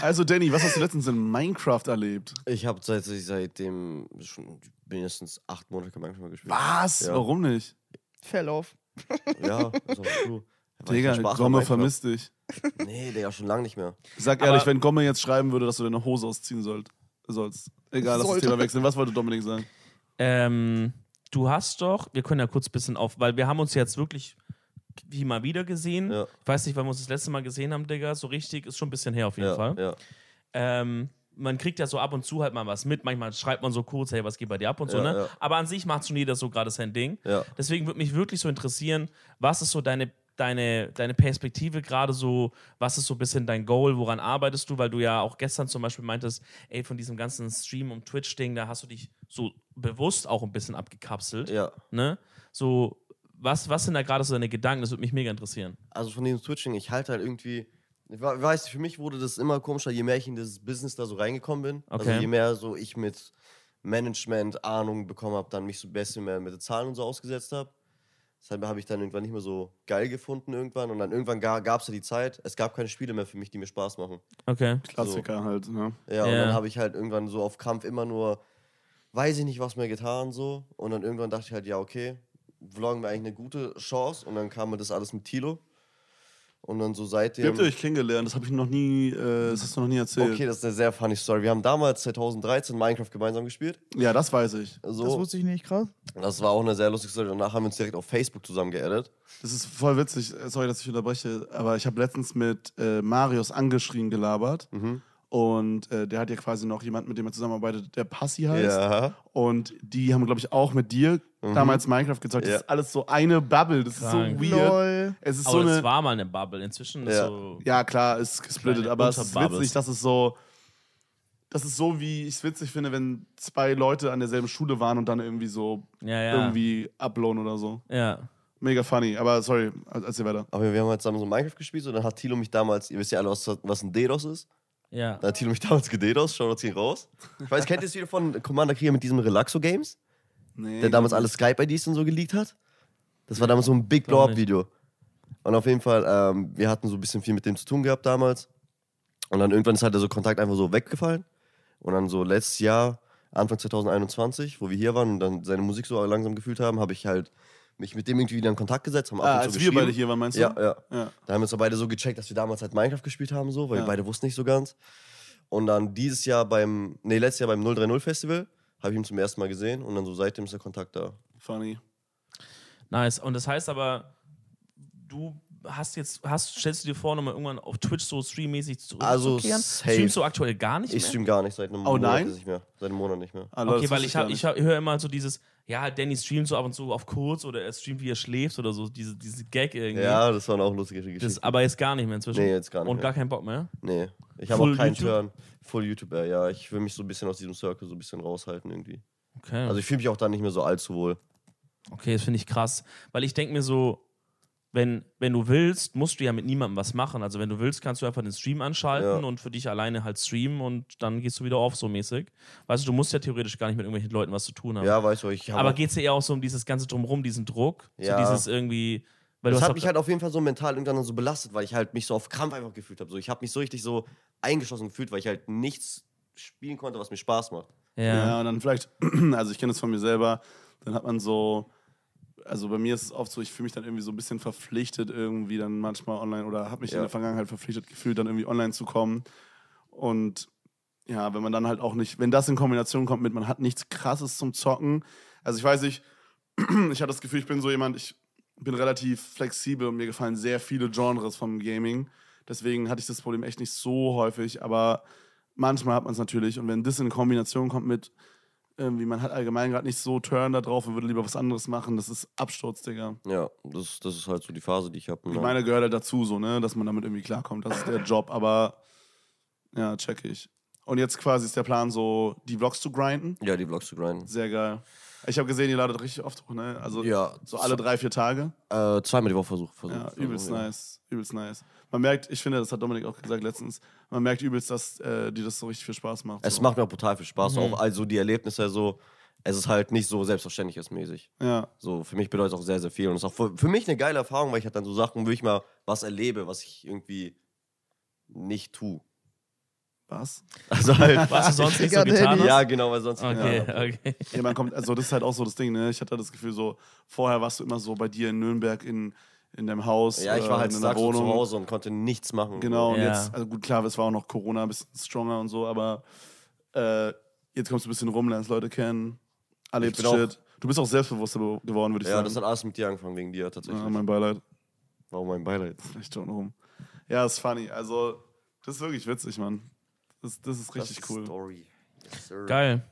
Also, Danny, was hast du letztens in Minecraft erlebt?
ich habe seit, seitdem schon mindestens acht Monate kein Minecraft mehr gespielt.
Was?
Ja.
Warum nicht?
Verlauf.
Ja, ist auch cool. Weil ich
Digga,
keinen Spaß an
Gomme
Minecraft-
vermisst dich.
Nee, Digga, schon lange nicht mehr.
Sag
Aber-
ehrlich, wenn Gomme jetzt schreiben würde, dass du deine Hose ausziehen sollt, sollst. Egal, lass das
Sollte.
Thema wechseln. Was wollte Dominik sagen?
Ähm, du hast doch, wir können ja kurz ein bisschen auf, weil wir haben uns jetzt wirklich wie mal wieder gesehen.
Ja.
Ich weiß nicht, wann wir uns das letzte Mal gesehen haben, Digga. So richtig, ist schon ein bisschen her auf jeden
ja,
Fall.
Ja.
Ähm, man kriegt ja so ab und zu halt mal was mit. Manchmal schreibt man so kurz, hey, was geht bei dir ab und so,
Ja,
ne?
ja.
Aber an sich macht schon jeder so gerade sein Ding.
Ja.
Deswegen würde mich wirklich so interessieren, was ist so deine, deine, deine Perspektive gerade so, was ist so ein bisschen dein Goal, woran arbeitest du, weil du ja auch gestern zum Beispiel meintest, ey, von diesem ganzen Stream und Twitch-Ding, da hast du dich so bewusst auch ein bisschen abgekapselt,
ja.
ne? So, was, was sind da gerade so deine Gedanken? Das würde mich mega interessieren.
Also von dem Switching, ich halte halt irgendwie. Ich we- weiß nicht, für mich wurde das immer komischer, je mehr ich in dieses Business da so reingekommen bin.
Okay.
Also je mehr so ich mit Management, Ahnung bekommen habe, dann mich so ein bisschen mehr mit den Zahlen und so ausgesetzt habe. Deshalb habe ich dann irgendwann nicht mehr so geil gefunden irgendwann. Und dann irgendwann gab es ja die Zeit, es gab keine Spiele mehr für mich, die mir Spaß machen.
Okay.
Klassiker halt. Ne?
Ja, und
Ja.
dann habe ich halt irgendwann so auf Kampf immer nur, weiß ich nicht, was mir getan so. Und dann irgendwann dachte ich halt, ja, okay, vloggen wäre eigentlich eine gute Chance. Und dann kam mir das alles mit Tilo. Und dann so
Wie
seitdem.
habt ihr euch kennengelernt? Das habe ich noch nie, äh, das hast du noch nie erzählt.
Okay, das ist eine sehr funny Story. Wir haben damals 2013 Minecraft gemeinsam gespielt.
Ja, das weiß ich.
Das
So, das,
wusste ich nicht, krass.
war auch eine sehr lustige Story. Danach haben wir uns direkt auf Facebook zusammen geaddet.
Das ist voll witzig. Sorry, dass ich unterbreche, aber ich habe letztens mit äh, Marius angeschrien gelabert.
Mhm.
Und äh, der hat ja quasi noch jemanden, mit dem er zusammenarbeitet, der Passi heißt.
Ja.
Und die haben, glaube ich, auch mit dir
Mhm.
damals Minecraft gezockt.
Ja.
Das ist alles so eine Bubble. Das
Krank.
ist so weird.
Lol.
Es ist
Aber
so
das
eine.
war mal eine Bubble. Inzwischen ist
Ja.
so.
ja, klar, es ist gesplittet,
Kleine
aber es ist
Unterbubbles.
witzig, dass es so. Das ist so, wie ich es witzig finde, wenn zwei Leute an derselben Schule waren und dann irgendwie so
Ja, ja.
irgendwie uploaden oder so.
Ja.
Mega funny, aber sorry, erzähl weiter.
Aber wir haben halt zusammen so Minecraft gespielt. So, dann hat Tilo mich damals, ihr wisst ja alle, was, was ein DDoS ist.
Ja.
Da hat Tilo mich damals gededos, schaut uns hier raus. Ich weiß, kennt ihr das Video von Commander Krieger mit diesem Relaxo Games,
Nee,
der damals alle Skype-IDs und so geleakt hat? Das war damals so ein Big Blow-Up-Video. Und auf jeden Fall, ähm, wir hatten so ein bisschen viel mit dem zu tun gehabt damals. Und dann irgendwann ist halt der so Kontakt einfach so weggefallen. Und dann so letztes Jahr, Anfang 2021, wo wir hier waren und dann seine Musik so langsam gefühlt haben, habe ich halt mich mit dem irgendwie wieder in Kontakt gesetzt. Haben ab
Ah,
und zu
als wir beide
geschrieben.
hier waren, meinst du?
Ja, ja.
ja.
Da haben wir uns aber beide so gecheckt, dass wir damals halt Minecraft gespielt haben, so, weil
Ja.
wir beide wussten nicht so ganz. Und dann dieses Jahr beim, nee, letztes Jahr beim 030 Festival habe ich ihn zum ersten Mal gesehen und dann so seitdem ist der Kontakt da.
Funny.
Nice. Und das heißt aber, du hast jetzt, hast, stellst du dir vor, nochmal irgendwann auf Twitch so streammäßig
Also
zurückzukehren?
safe.
Streamst du aktuell gar nicht
Ich
mehr?
stream gar nicht seit einem
Oh,
Monat
nein?
nicht mehr. Seit einem Monat nicht mehr.
Alter, Ah, das
Okay, weil
wusste
ich, hab,
gar
ich
nicht.
hab- höre immer so dieses, ja, Danny streamt so ab und zu auf kurz oder er streamt, wie er schläft oder so, diese, diese Gag irgendwie.
Ja, das waren auch lustige Geschichten.
Das, aber jetzt gar nicht mehr inzwischen.
Nee, jetzt gar nicht
Und
mehr.
gar keinen Bock mehr.
nee, ich habe
Full
auch keinen
YouTube?
Turn. Full YouTuber, ja. Ich will mich so ein bisschen aus diesem Circle so ein bisschen raushalten irgendwie.
Okay.
Also ich fühle mich auch da nicht mehr so allzu wohl.
Okay, das finde ich krass. Weil ich denke mir so, wenn, wenn du willst, musst du ja mit niemandem was machen. Also wenn du willst, kannst du einfach den Stream anschalten
Ja.
und für dich alleine halt streamen und dann gehst du wieder auf so mäßig. Weißt du, du musst ja theoretisch gar nicht mit irgendwelchen Leuten was zu tun haben.
Ja, weißt du, ich habe.
Aber geht es ja eher auch so um dieses ganze Drumherum, diesen Druck,
Ja.
so dieses irgendwie... Weil du
das
hast
hat
auch-
mich halt auf jeden Fall so mental irgendwann so belastet, weil ich halt mich so auf Krampf einfach gefühlt habe. So, ich habe mich so richtig so eingeschlossen gefühlt, weil ich halt nichts spielen konnte, was mir Spaß macht.
ja.
Ja, und dann vielleicht, also ich kenne das von mir selber, dann hat man so, also bei mir ist es oft so, ich fühle mich dann irgendwie so ein bisschen verpflichtet, irgendwie dann manchmal online oder habe mich in
Ja.
der Vergangenheit verpflichtet gefühlt, dann irgendwie online zu kommen. Und ja, wenn man dann halt auch nicht, wenn das in Kombination kommt mit, man hat nichts Krasses zum Zocken. Also ich weiß nicht, ich habe das Gefühl, ich bin so jemand, ich bin relativ flexibel und mir gefallen sehr viele Genres vom Gaming. Deswegen hatte ich das Problem echt nicht so häufig, aber manchmal hat man es natürlich. Und wenn das in Kombination kommt mit, irgendwie, man hat allgemein gerade nicht so Turn da drauf und würde lieber was anderes machen, das ist Absturz, Digga.
Ja, das, das ist halt so die Phase, die ich habe.
Ich meine, gehört halt dazu, so, ne, dass man damit irgendwie klarkommt. Das ist der Job, aber ja, check ich. Und jetzt quasi ist der Plan so, die Vlogs zu grinden.
ja, die Vlogs zu grinden.
Sehr geil. Ich habe gesehen, ihr ladet richtig oft hoch, ne? Also
Ja,
so alle drei, vier Tage.
Äh, zweimal die Woche versucht. versucht
Ja,
versucht,
übelst
ja.
nice. Übelst nice. Man merkt, ich finde, das hat Dominik auch gesagt letztens, man merkt übelst, dass äh, dir das so richtig viel Spaß macht.
Es
so.
macht mir auch brutal viel Spaß.
Mhm.
Auch also die Erlebnisse so, es ist halt nicht so selbstverständlich ist mäßig.
Ja,
So, für mich bedeutet es auch sehr, sehr viel. Und es ist auch für, für mich eine geile Erfahrung, weil ich halt dann so Sachen, wo ich mal was erlebe, was ich irgendwie nicht tue.
was?
Also halt.
Was du sonst nicht so
Digga,
getan hast?
ja, genau, weil sonst.
Okay,
Ja.
okay.
Ja, man kommt, also das ist halt auch so das Ding, ne? Ich hatte das Gefühl, so, vorher warst du immer so bei dir in Nürnberg in, in deinem Haus.
Ja, ich
äh,
war halt
in deiner
stark so zu
Wohnung.
Hause und konnte nichts machen.
Genau, und
Ja.
jetzt, also gut, klar, es war auch noch Corona, ein bisschen stronger und so, aber äh, jetzt kommst du ein bisschen rum, lernst Leute kennen, erlebst
Ich bin
Shit. Du bist auch selbstbewusster be- geworden, würde ich
Ja, das hat
sagen.
alles mit dir angefangen, wegen dir tatsächlich.
ja, mein Beileid.
Warum mein Beileid?
Ich joke rum. Ja, ist funny. Also, das ist wirklich witzig, Mann. Das, das ist richtig
Das ist
cool.
Story. Yes, sir.
Geil.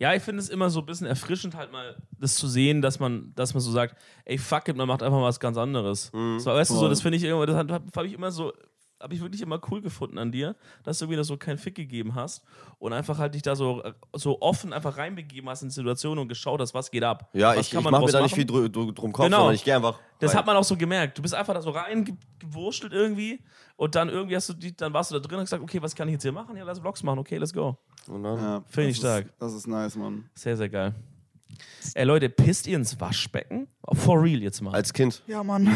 Ja, ich finde es immer so ein bisschen erfrischend, halt mal das zu sehen, dass man, dass man so sagt, ey, fuck it, man macht einfach mal was ganz anderes.
Mhm.
So, weißt du, so,
Voll.
das finde ich immer, das habe hab ich immer so, habe ich wirklich immer cool gefunden an dir, dass du mir da so keinen Fick gegeben hast und einfach halt dich da so, so offen einfach reinbegeben hast in Situationen und geschaut hast, was geht ab.
Ja,
was
ich, ich
kann man
mache mir
draus
da nicht
machen?
viel drü- drü- drum Kopf,
Genau.
sondern ich gehe einfach.
Das
rein.
hat man auch so gemerkt. Du bist einfach da so reingewurschtelt irgendwie und dann irgendwie hast du die, dann warst du da drin und hast gesagt, okay, was kann ich jetzt hier machen? Ja, lass Vlogs machen, okay, let's go.
Und dann-
Ja,
Finde
das
ich
ist-
stark.
Das ist nice, Mann.
Sehr, sehr geil. Ey, Leute, pisst ihr ins Waschbecken? For real jetzt mal.
Als Kind.
Ja, Mann.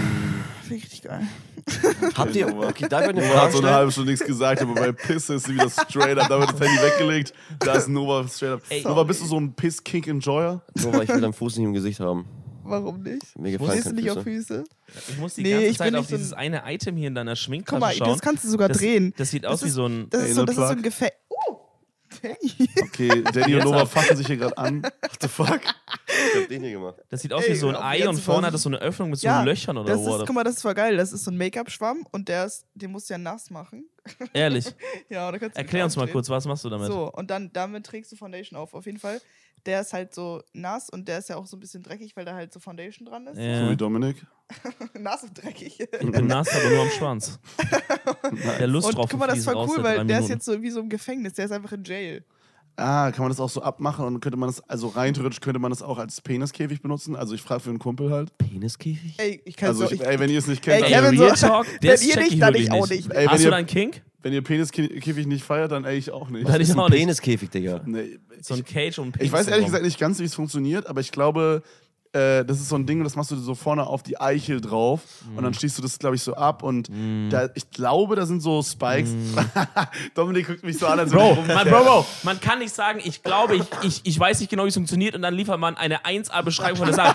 Finde ich richtig geil.
Habt ihr. Okay, darf ich eine
Er hat
Frage
Genau. so eine
stellen?
halbe Stunde nichts gesagt, aber bei Pisse ist sie wieder straight up. Da wird das Handy weggelegt. Da ist Nova straight up.
Ey.
Nova, bist du so ein Piss-Kink-Enjoyer?
Nur weil ich will deinen Fuß nicht im Gesicht haben.
Warum nicht?
Mir gefallen
Stehst du
keine
nicht auf
Füße.
Füße?
Ich muss die
Nee,
ganze
ich
Zeit
bin
auf
nicht so ein-
dieses eine Item hier in deiner Schminktasche
Guck mal,
schauen.
das kannst du sogar
Das-
drehen.
das sieht
Das
aus wie
ist-
so ein.
Das
Ey,
ist so,
ne
das ist so ein
Plug.
Gefäß. Uh, hey.
Okay, Danny und
Jetzt
Nova
ab.
fassen sich hier gerade an. What the fuck?
Ich hab den hier gemacht.
Das sieht aus
Ey,
wie so ein
auf
Ei
jetzt
und vorne
was-
hat das so eine Öffnung mit so
Ja,
Löchern oder
Das
so.
ist, guck mal, das ist voll geil. Das ist so ein Make-up-Schwamm und der ist, den musst du ja nass machen.
Ehrlich.
Ja, oder kannst du
Erklär
mit
uns mal
aufdrehen.
kurz, was machst du damit?
So, und dann damit trägst du Foundation auf. Auf jeden Fall. Der ist halt so nass und der ist ja auch so ein bisschen dreckig, weil da halt so Foundation dran ist.
So
Ja.
wie Dominik.
nass und dreckig.
Ich bin nass, aber nur am Schwanz. Der Lust
Und
drauf
guck mal, das ist
fließt
voll
raus
cool,
seit drei
weil der ist
Minuten.
jetzt so wie so im Gefängnis. Der ist einfach in Jail.
Ah, kann man das auch so abmachen und könnte man das, also rein theoretisch könnte man das auch als Peniskäfig benutzen. Also ich frage für einen Kumpel halt.
Peniskäfig?
Ey, ich kann
Also
so.
ich,
Ich,
ey, wenn ihr es nicht
Ey,
kennt,
Ey,
dann,
Kevin,
Real
so-
Talk,
wenn
das
ihr
check
nicht,
ich
dann
wirklich
ich auch nicht.
Ey, wenn
Hast du
ihr-
da einen Kink?
wenn ihr Peniskäfig nicht feiert, dann ey, ich auch nicht.
Weil ich
Das ist
auch
ein
nicht.
Peniskäfig, Digga.
Nee,
So ein Cage und ein
Ich weiß ehrlich gesagt nicht ganz, wie es funktioniert, aber ich glaube, äh, das ist so ein Ding, das machst du so vorne auf die Eichel drauf und dann schließt du das, glaube ich, so ab und da, ich glaube, da sind so Spikes. Dominik guckt mich so an, als würde
Bro,
ich
man,
rumzählen.
Bro, Bro, man kann nicht sagen, ich glaube, ich, ich, ich weiß nicht genau, wie es funktioniert und dann liefert man eine 1A-Beschreibung von der Sache.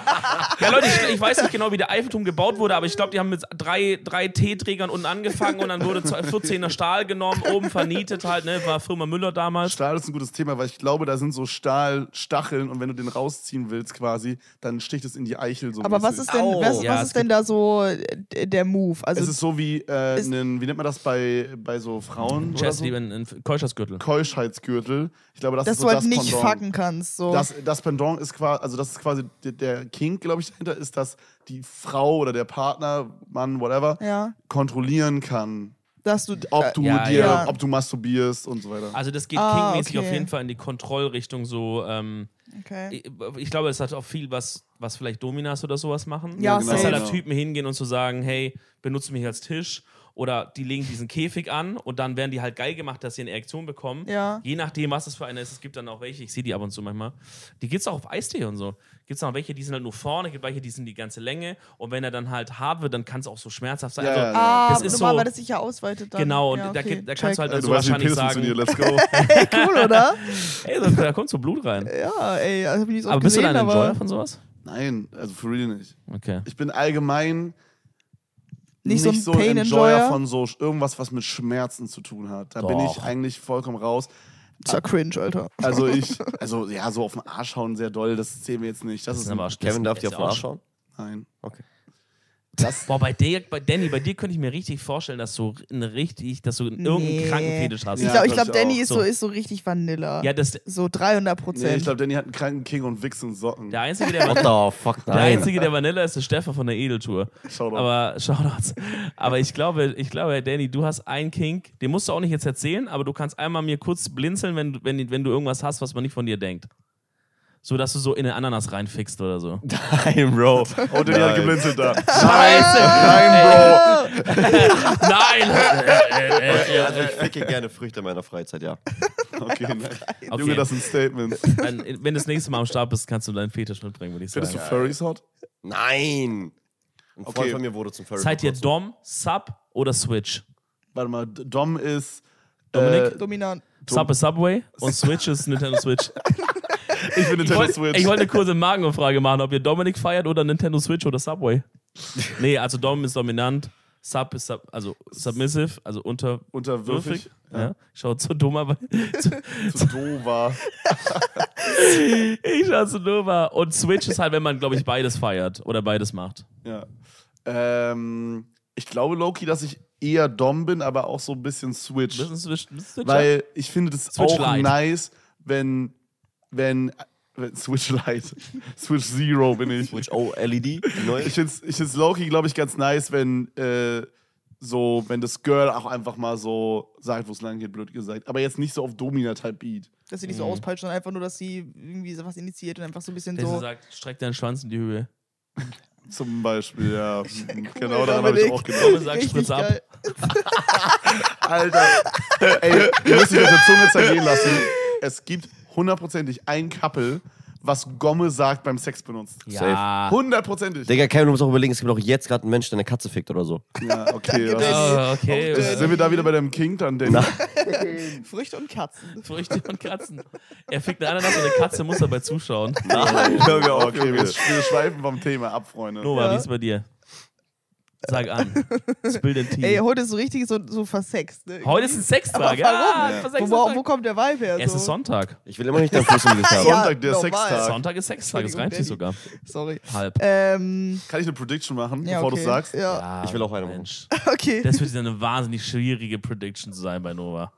Ja, Leute, ich, ich weiß nicht genau, wie der Eiffelturm gebaut wurde, aber ich glaube, die haben mit drei, drei T-Trägern unten angefangen und dann wurde zwei- 14er Stahl genommen, oben vernietet halt, ne, war Firma Müller damals.
Stahl ist ein gutes Thema, weil ich glaube, da sind so Stahlstacheln und wenn du den rausziehen willst quasi, dann sticht es in die Eichel so.
Aber was
mäßig.
ist denn,
Au.
was,
Ja,
was
es
ist denn da so äh, der Move? Also
Es ist so wie, äh,
Es-
nen- wie nennt man das bei, bei so Frauen? oder
Chastity,
so?
ein, ein Keuschheitsgürtel.
Keuschheitsgürtel. Ich glaube, das
dass
ist so
du halt
das
nicht
Pendant.
fucken kannst. So.
Das, das Pendant ist quasi, also das ist quasi der, der Kink, glaube ich, dahinter ist, dass die Frau oder der Partner, Mann, whatever,
ja.
kontrollieren kann,
Dass du. äh,
ob du
Äh, Ja,
dir,
ja.
ob du masturbierst und so weiter.
Also das geht
Ah,
King-mäßig auf
okay.
jeden Fall in die Kontrollrichtung so. Ähm,
Okay.
ich, ich glaube, es hat auch viel was, was vielleicht Dominas oder sowas machen.
Ja,
Dass
safe.
halt da
Genau.
Typen hingehen und zu sagen, hey, benutze mich als Tisch. Oder die legen diesen Käfig an und dann werden die halt geil gemacht, dass sie eine Erektion bekommen.
Ja.
Je nachdem, was das für eine ist. Es gibt dann auch welche, ich sehe die ab und zu manchmal. Die gibt's auch auf Eistee und so. Gibt's auch welche, die sind halt nur vorne, gibt welche, die sind die ganze Länge. Und wenn er dann halt hart wird, dann kann es auch so schmerzhaft sein.
Ja,
also,
ja, ja.
Ah,
Das ist
normal,
so-
weil das sich ja ausweitet dann.
Genau, und
ja,
da,
okay.
gibt- da kannst du
Check.
halt dann
Äh, du
so
weißt, wie
wahrscheinlich
Penis
sagen,
funktioniert, let's go.
Cool, oder?
ey, da, da kommt so Blut rein.
Ja, ey, also bin ich nicht so
Aber
oft
bist du
gesehen,
dann ein
aber-
Enjoyer von sowas?
Nein, also für real nicht.
Okay.
Ich bin allgemein
Nicht so ein
ein
Pain-Enjoyer?
von so sch- irgendwas, was mit Schmerzen zu tun hat. Da bin
Doch.
ich eigentlich vollkommen raus.
Das ist ja cringe, Alter.
Also ich, also ja, so auf den Arsch hauen sehr doll, das sehen wir jetzt nicht. Das, ist
aber auch-
Kevin darf
ist
dir auf
ja
den
auch
Arsch
schon-
schauen.
nein.
Okay.
Das,
Boah, bei, dir, bei Danny, bei dir könnte ich mir richtig vorstellen, dass du ein richtig, dass du irgendeinen
Nee.
kranken Fetisch hast.
Ich
Ja,
glaube, ich
glaub
glaub,
ich
Danny
auch.
ist so,
So.
ist so richtig Vanilla.
Ja, das,
So 300 Prozent.
nee, ich glaube, Danny hat einen kranken King und Wichs und Socken.
der Einzige,
Oh
der,
What the fuck,
der, Einzige, der Vanilla ist, ist Stefan von der Edeltour.
Schau doch.
Aber Shoutouts. Aber ich glaube, ich glaube, Danny, du hast einen Kink, den musst du auch nicht jetzt erzählen, aber du kannst einmal mir kurz blinzeln, wenn, du- wenn, wenn du irgendwas hast, was man nicht von dir denkt. So, dass du so in den Ananas reinfickst oder so.
Nein, Bro.
Und Danny hat geblinzelt da.
Nein,
Äh,
Oh, äh,
Bro! Äh, Nein!
Okay, also ich ficke gerne Früchte in meiner Freizeit, ja.
Okay, nein.
Okay.
Junge, das sind Statements.
Wenn wenn du das nächste Mal am Start bist, kannst du deinen Fetisch mitbringen, würde ich sagen.
Findest du Furries hot?
Nein! Ein Freund
Okay.
von mir wurde zum Furry.
Seid ihr
vor
Dom, Sub oder Switch?
Warte mal, D- Dom ist.
Dominik?
Äh,
Dominant.
Sub ist Subway und Switch ist Nintendo Switch.
ich bin
Ich
Nintendo
wollte
Switch.
ich wollte eine kurze Magenumfrage machen, ob ihr Dominik feiert oder Nintendo Switch oder Subway. Nee, also Dom ist dominant, Sub ist sub, also submissive, also unterwürfig.
Unterwürfig.
Ja. Schaut so dumm, aber
Zu Dover.
ich schaue so dumm. aber- Und Switch ist halt, wenn man, glaube ich, beides feiert oder beides macht.
Ja. Ähm, ich glaube, Loki, dass ich eher Dom bin, aber auch so ein bisschen Switch.
Bist du Switch? Bist du Switcher?
Weil ich finde das
Switch
auch
Lite.
nice, wenn, wenn, wenn Switch Lite, Switch Zero bin ich.
kurzem. Switch OLED, die neue.
Ich finde ich find's Loki, glaube ich, ganz nice, wenn äh, so, wenn das Girl auch einfach mal so sagt, wo es lang geht, blöd gesagt. Aber jetzt nicht so auf Domina-Type-Beat.
Dass sie nicht so
Mhm.
auspeitschen, sondern einfach nur, dass sie irgendwie so was initiiert und einfach so ein bisschen
Der
so.
sagt, streck deinen Schwanz in die Höhe.
Zum Beispiel, ja. genau daran habe ich
Dominik.
auch gedacht.
Dominik sagt,
Richtig
spritz ab.
geil.
Alter, ey, ihr müsst euch auf der Zunge zergehen lassen. Es gibt hundertprozentig ein Couple, was Gomme sagt beim Sex benutzt.
Ja.
Hundertprozentig.
Digga, Kevin, du musst auch überlegen, es gibt auch jetzt gerade einen Mensch, der eine Katze fickt oder so.
Ja, okay.
Danke,
das-
Oh, okay.
Auf
Sind wir da wieder bei deinem King dann, Danny?
Na.
Früchte und Katzen.
Früchte und Katzen. Er fickt eine Ananas und eine Katze muss dabei zuschauen.
Nein, hör mir auf,
Okay, wir,
Junge.
wir schweifen vom Thema ab, Freunde.
Nova,
Ja.
wie ist bei dir? Sag an. Spill den Tee.
Ey, heute ist so richtig so, so versext. Ne?
Heute ist ein Sextag.
Aber warum? Also-
Ah,
Ja.
was
wo,
Sextag.
wo, wo kommt der Vibe her?
Es
so?
ist Sonntag.
Ich will immer nicht deinen Fuß im Gesicht haben.
Ja,
Sonntag, der
normal.
Sextag.
Sonntag ist Sextag, es reimt
Entschuldigung,
sich sogar.
Sorry.
Halb.
Ähm,
Kann ich eine Prediction machen,
ja,
bevor
okay.
du sagst?
Ja,
ich will auch eine machen.
Mensch.
okay.
Das wird eine wahnsinnig schwierige Prediction zu sein bei Nova.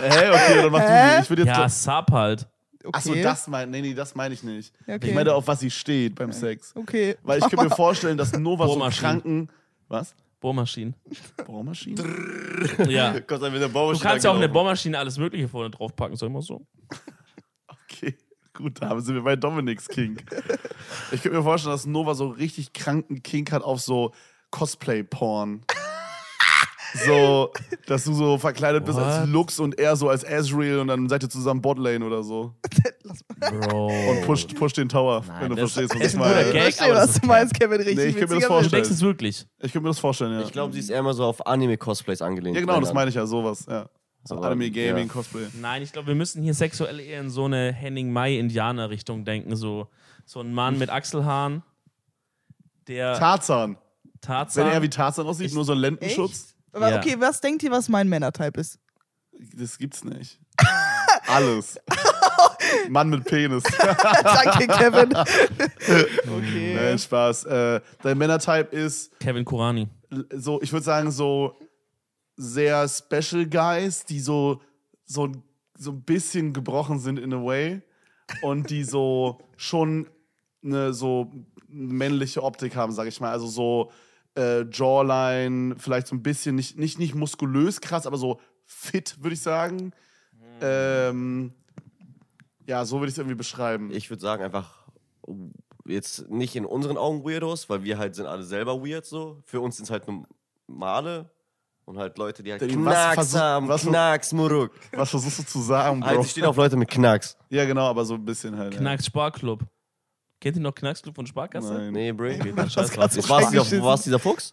Hä, okay, dann mach du
Hä?
sie. Ich würde jetzt.
Ja, Sub halt.
okay.
Achso, das meine nee, nee, das meine ich nicht.
Okay.
Ich meine, auf was sie steht beim Sex.
Äh,
Okay.
Weil ich könnte mir vorstellen, dass Nova so einen
Bohrmaschinen.
kranken. Was?
Bohrmaschinen.
Bohrmaschine?
Ja.
Gott sei Dank, wenn
Du
der Baum
kannst ja auch eine Bohrmaschine alles Mögliche vorne draufpacken, so immer so.
Okay. Gut, da sind wir bei Dominik's Kink. Ich könnte mir vorstellen, dass Nova so richtig kranken Kink hat auf so Cosplay-Porn. So, dass du so verkleidet bist
What?
als Lux und er so als Azrael und dann seid ihr zusammen Botlane oder so.
Bro.
Und pusht, pusht den Tower,
Nein,
wenn du
das
verstehst, was
ist
ich
ein guter
meine.
Gag.
Ich verstehe,
aber das
was
ist
du meinst, Kevin. Richtig
Nee, ich könnte mir das
witziger
Du
vorstellen.
denkst es wirklich.
Ich könnte mir das vorstellen, ja.
Ich glaube, sie ist eher mal so auf Anime-Cosplays angelehnt.
ja, genau, das meine ich ja, sowas. Ja. So
Aber,
Anime, Gaming,
ja.
Cosplay.
Nein, ich glaube, wir müssen hier sexuell eher in so eine Henning Mai-Indianer-Richtung denken. So, so ein Mann mit Achselhaaren, der
Tarzan. Wenn
Tarzan.
er wie Tarzan aussieht, nur so einen Lendenschutz,
Mensch. Aber
Ja.
okay, was denkt ihr, was mein Männertype ist?
das gibt's nicht. Alles. Mann mit Penis.
Danke, Kevin. okay.
Nein, Spaß. Äh, dein Männertype ist
Kevin Kurani.
l- so, ich würde sagen, so sehr Special Guys, die so, so, ein- so ein bisschen gebrochen sind in a way und die so schon eine so männliche Optik haben, sag ich mal. Also so äh, Jawline, vielleicht so ein bisschen, nicht, nicht, nicht muskulös krass, aber so fit, würde ich sagen. Ähm, ja, so würde ich es irgendwie beschreiben.
Ich würde sagen, einfach oh, jetzt nicht in unseren Augen Weirdos, weil wir halt sind alle selber weird so. Für uns sind es halt normale und halt Leute, die halt
Die was
Knacks
versuch-
haben.
was-
Knacks, Muruk.
Was versuchst du zu sagen, Bro?
Also ich stehe auf Leute mit Knacks.
ja, genau, aber so ein bisschen halt.
Knacks Sparklub. Kennt ihr noch Knacks Club von Sparkasse?
Nein.
Nee, Brady.
Scheiß
grad so
drauf.
War es dieser,
reingeschissen.
war's dieser Fuchs?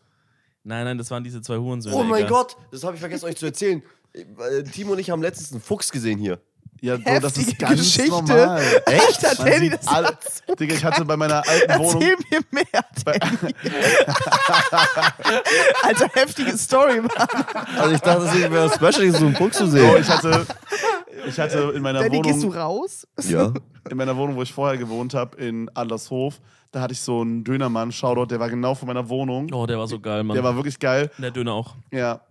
Nein, nein, das waren diese zwei Hurensöhne.
Oh mein
Digga.
Gott, das habe ich vergessen euch zu erzählen. Äh, Timo und ich haben letztens einen Fuchs gesehen hier.
Ja, Bro, das ist
Heftige
ganz
Geschichte.
normal.
Echt? Hat
Man
Danny
sieht
das
alle- Digga, ich hatte bei meiner alten Wohnung.
Erzähl mir mehr, Danny. Alter, heftige Story, Mann.
Also ich dachte, das wäre special, so einen Fuchs zu
Bro,
sehen.
ich hatte, ich hatte in meiner
Danny, gehst du
Wohnung,
raus?
Ja.
in meiner Wohnung, wo ich vorher gewohnt habe, in Adlershof, da hatte ich so einen Dönermann, Shoutout, der war genau vor meiner Wohnung.
Oh, der war so geil, Mann.
Der war wirklich geil.
der Döner auch.
Ja.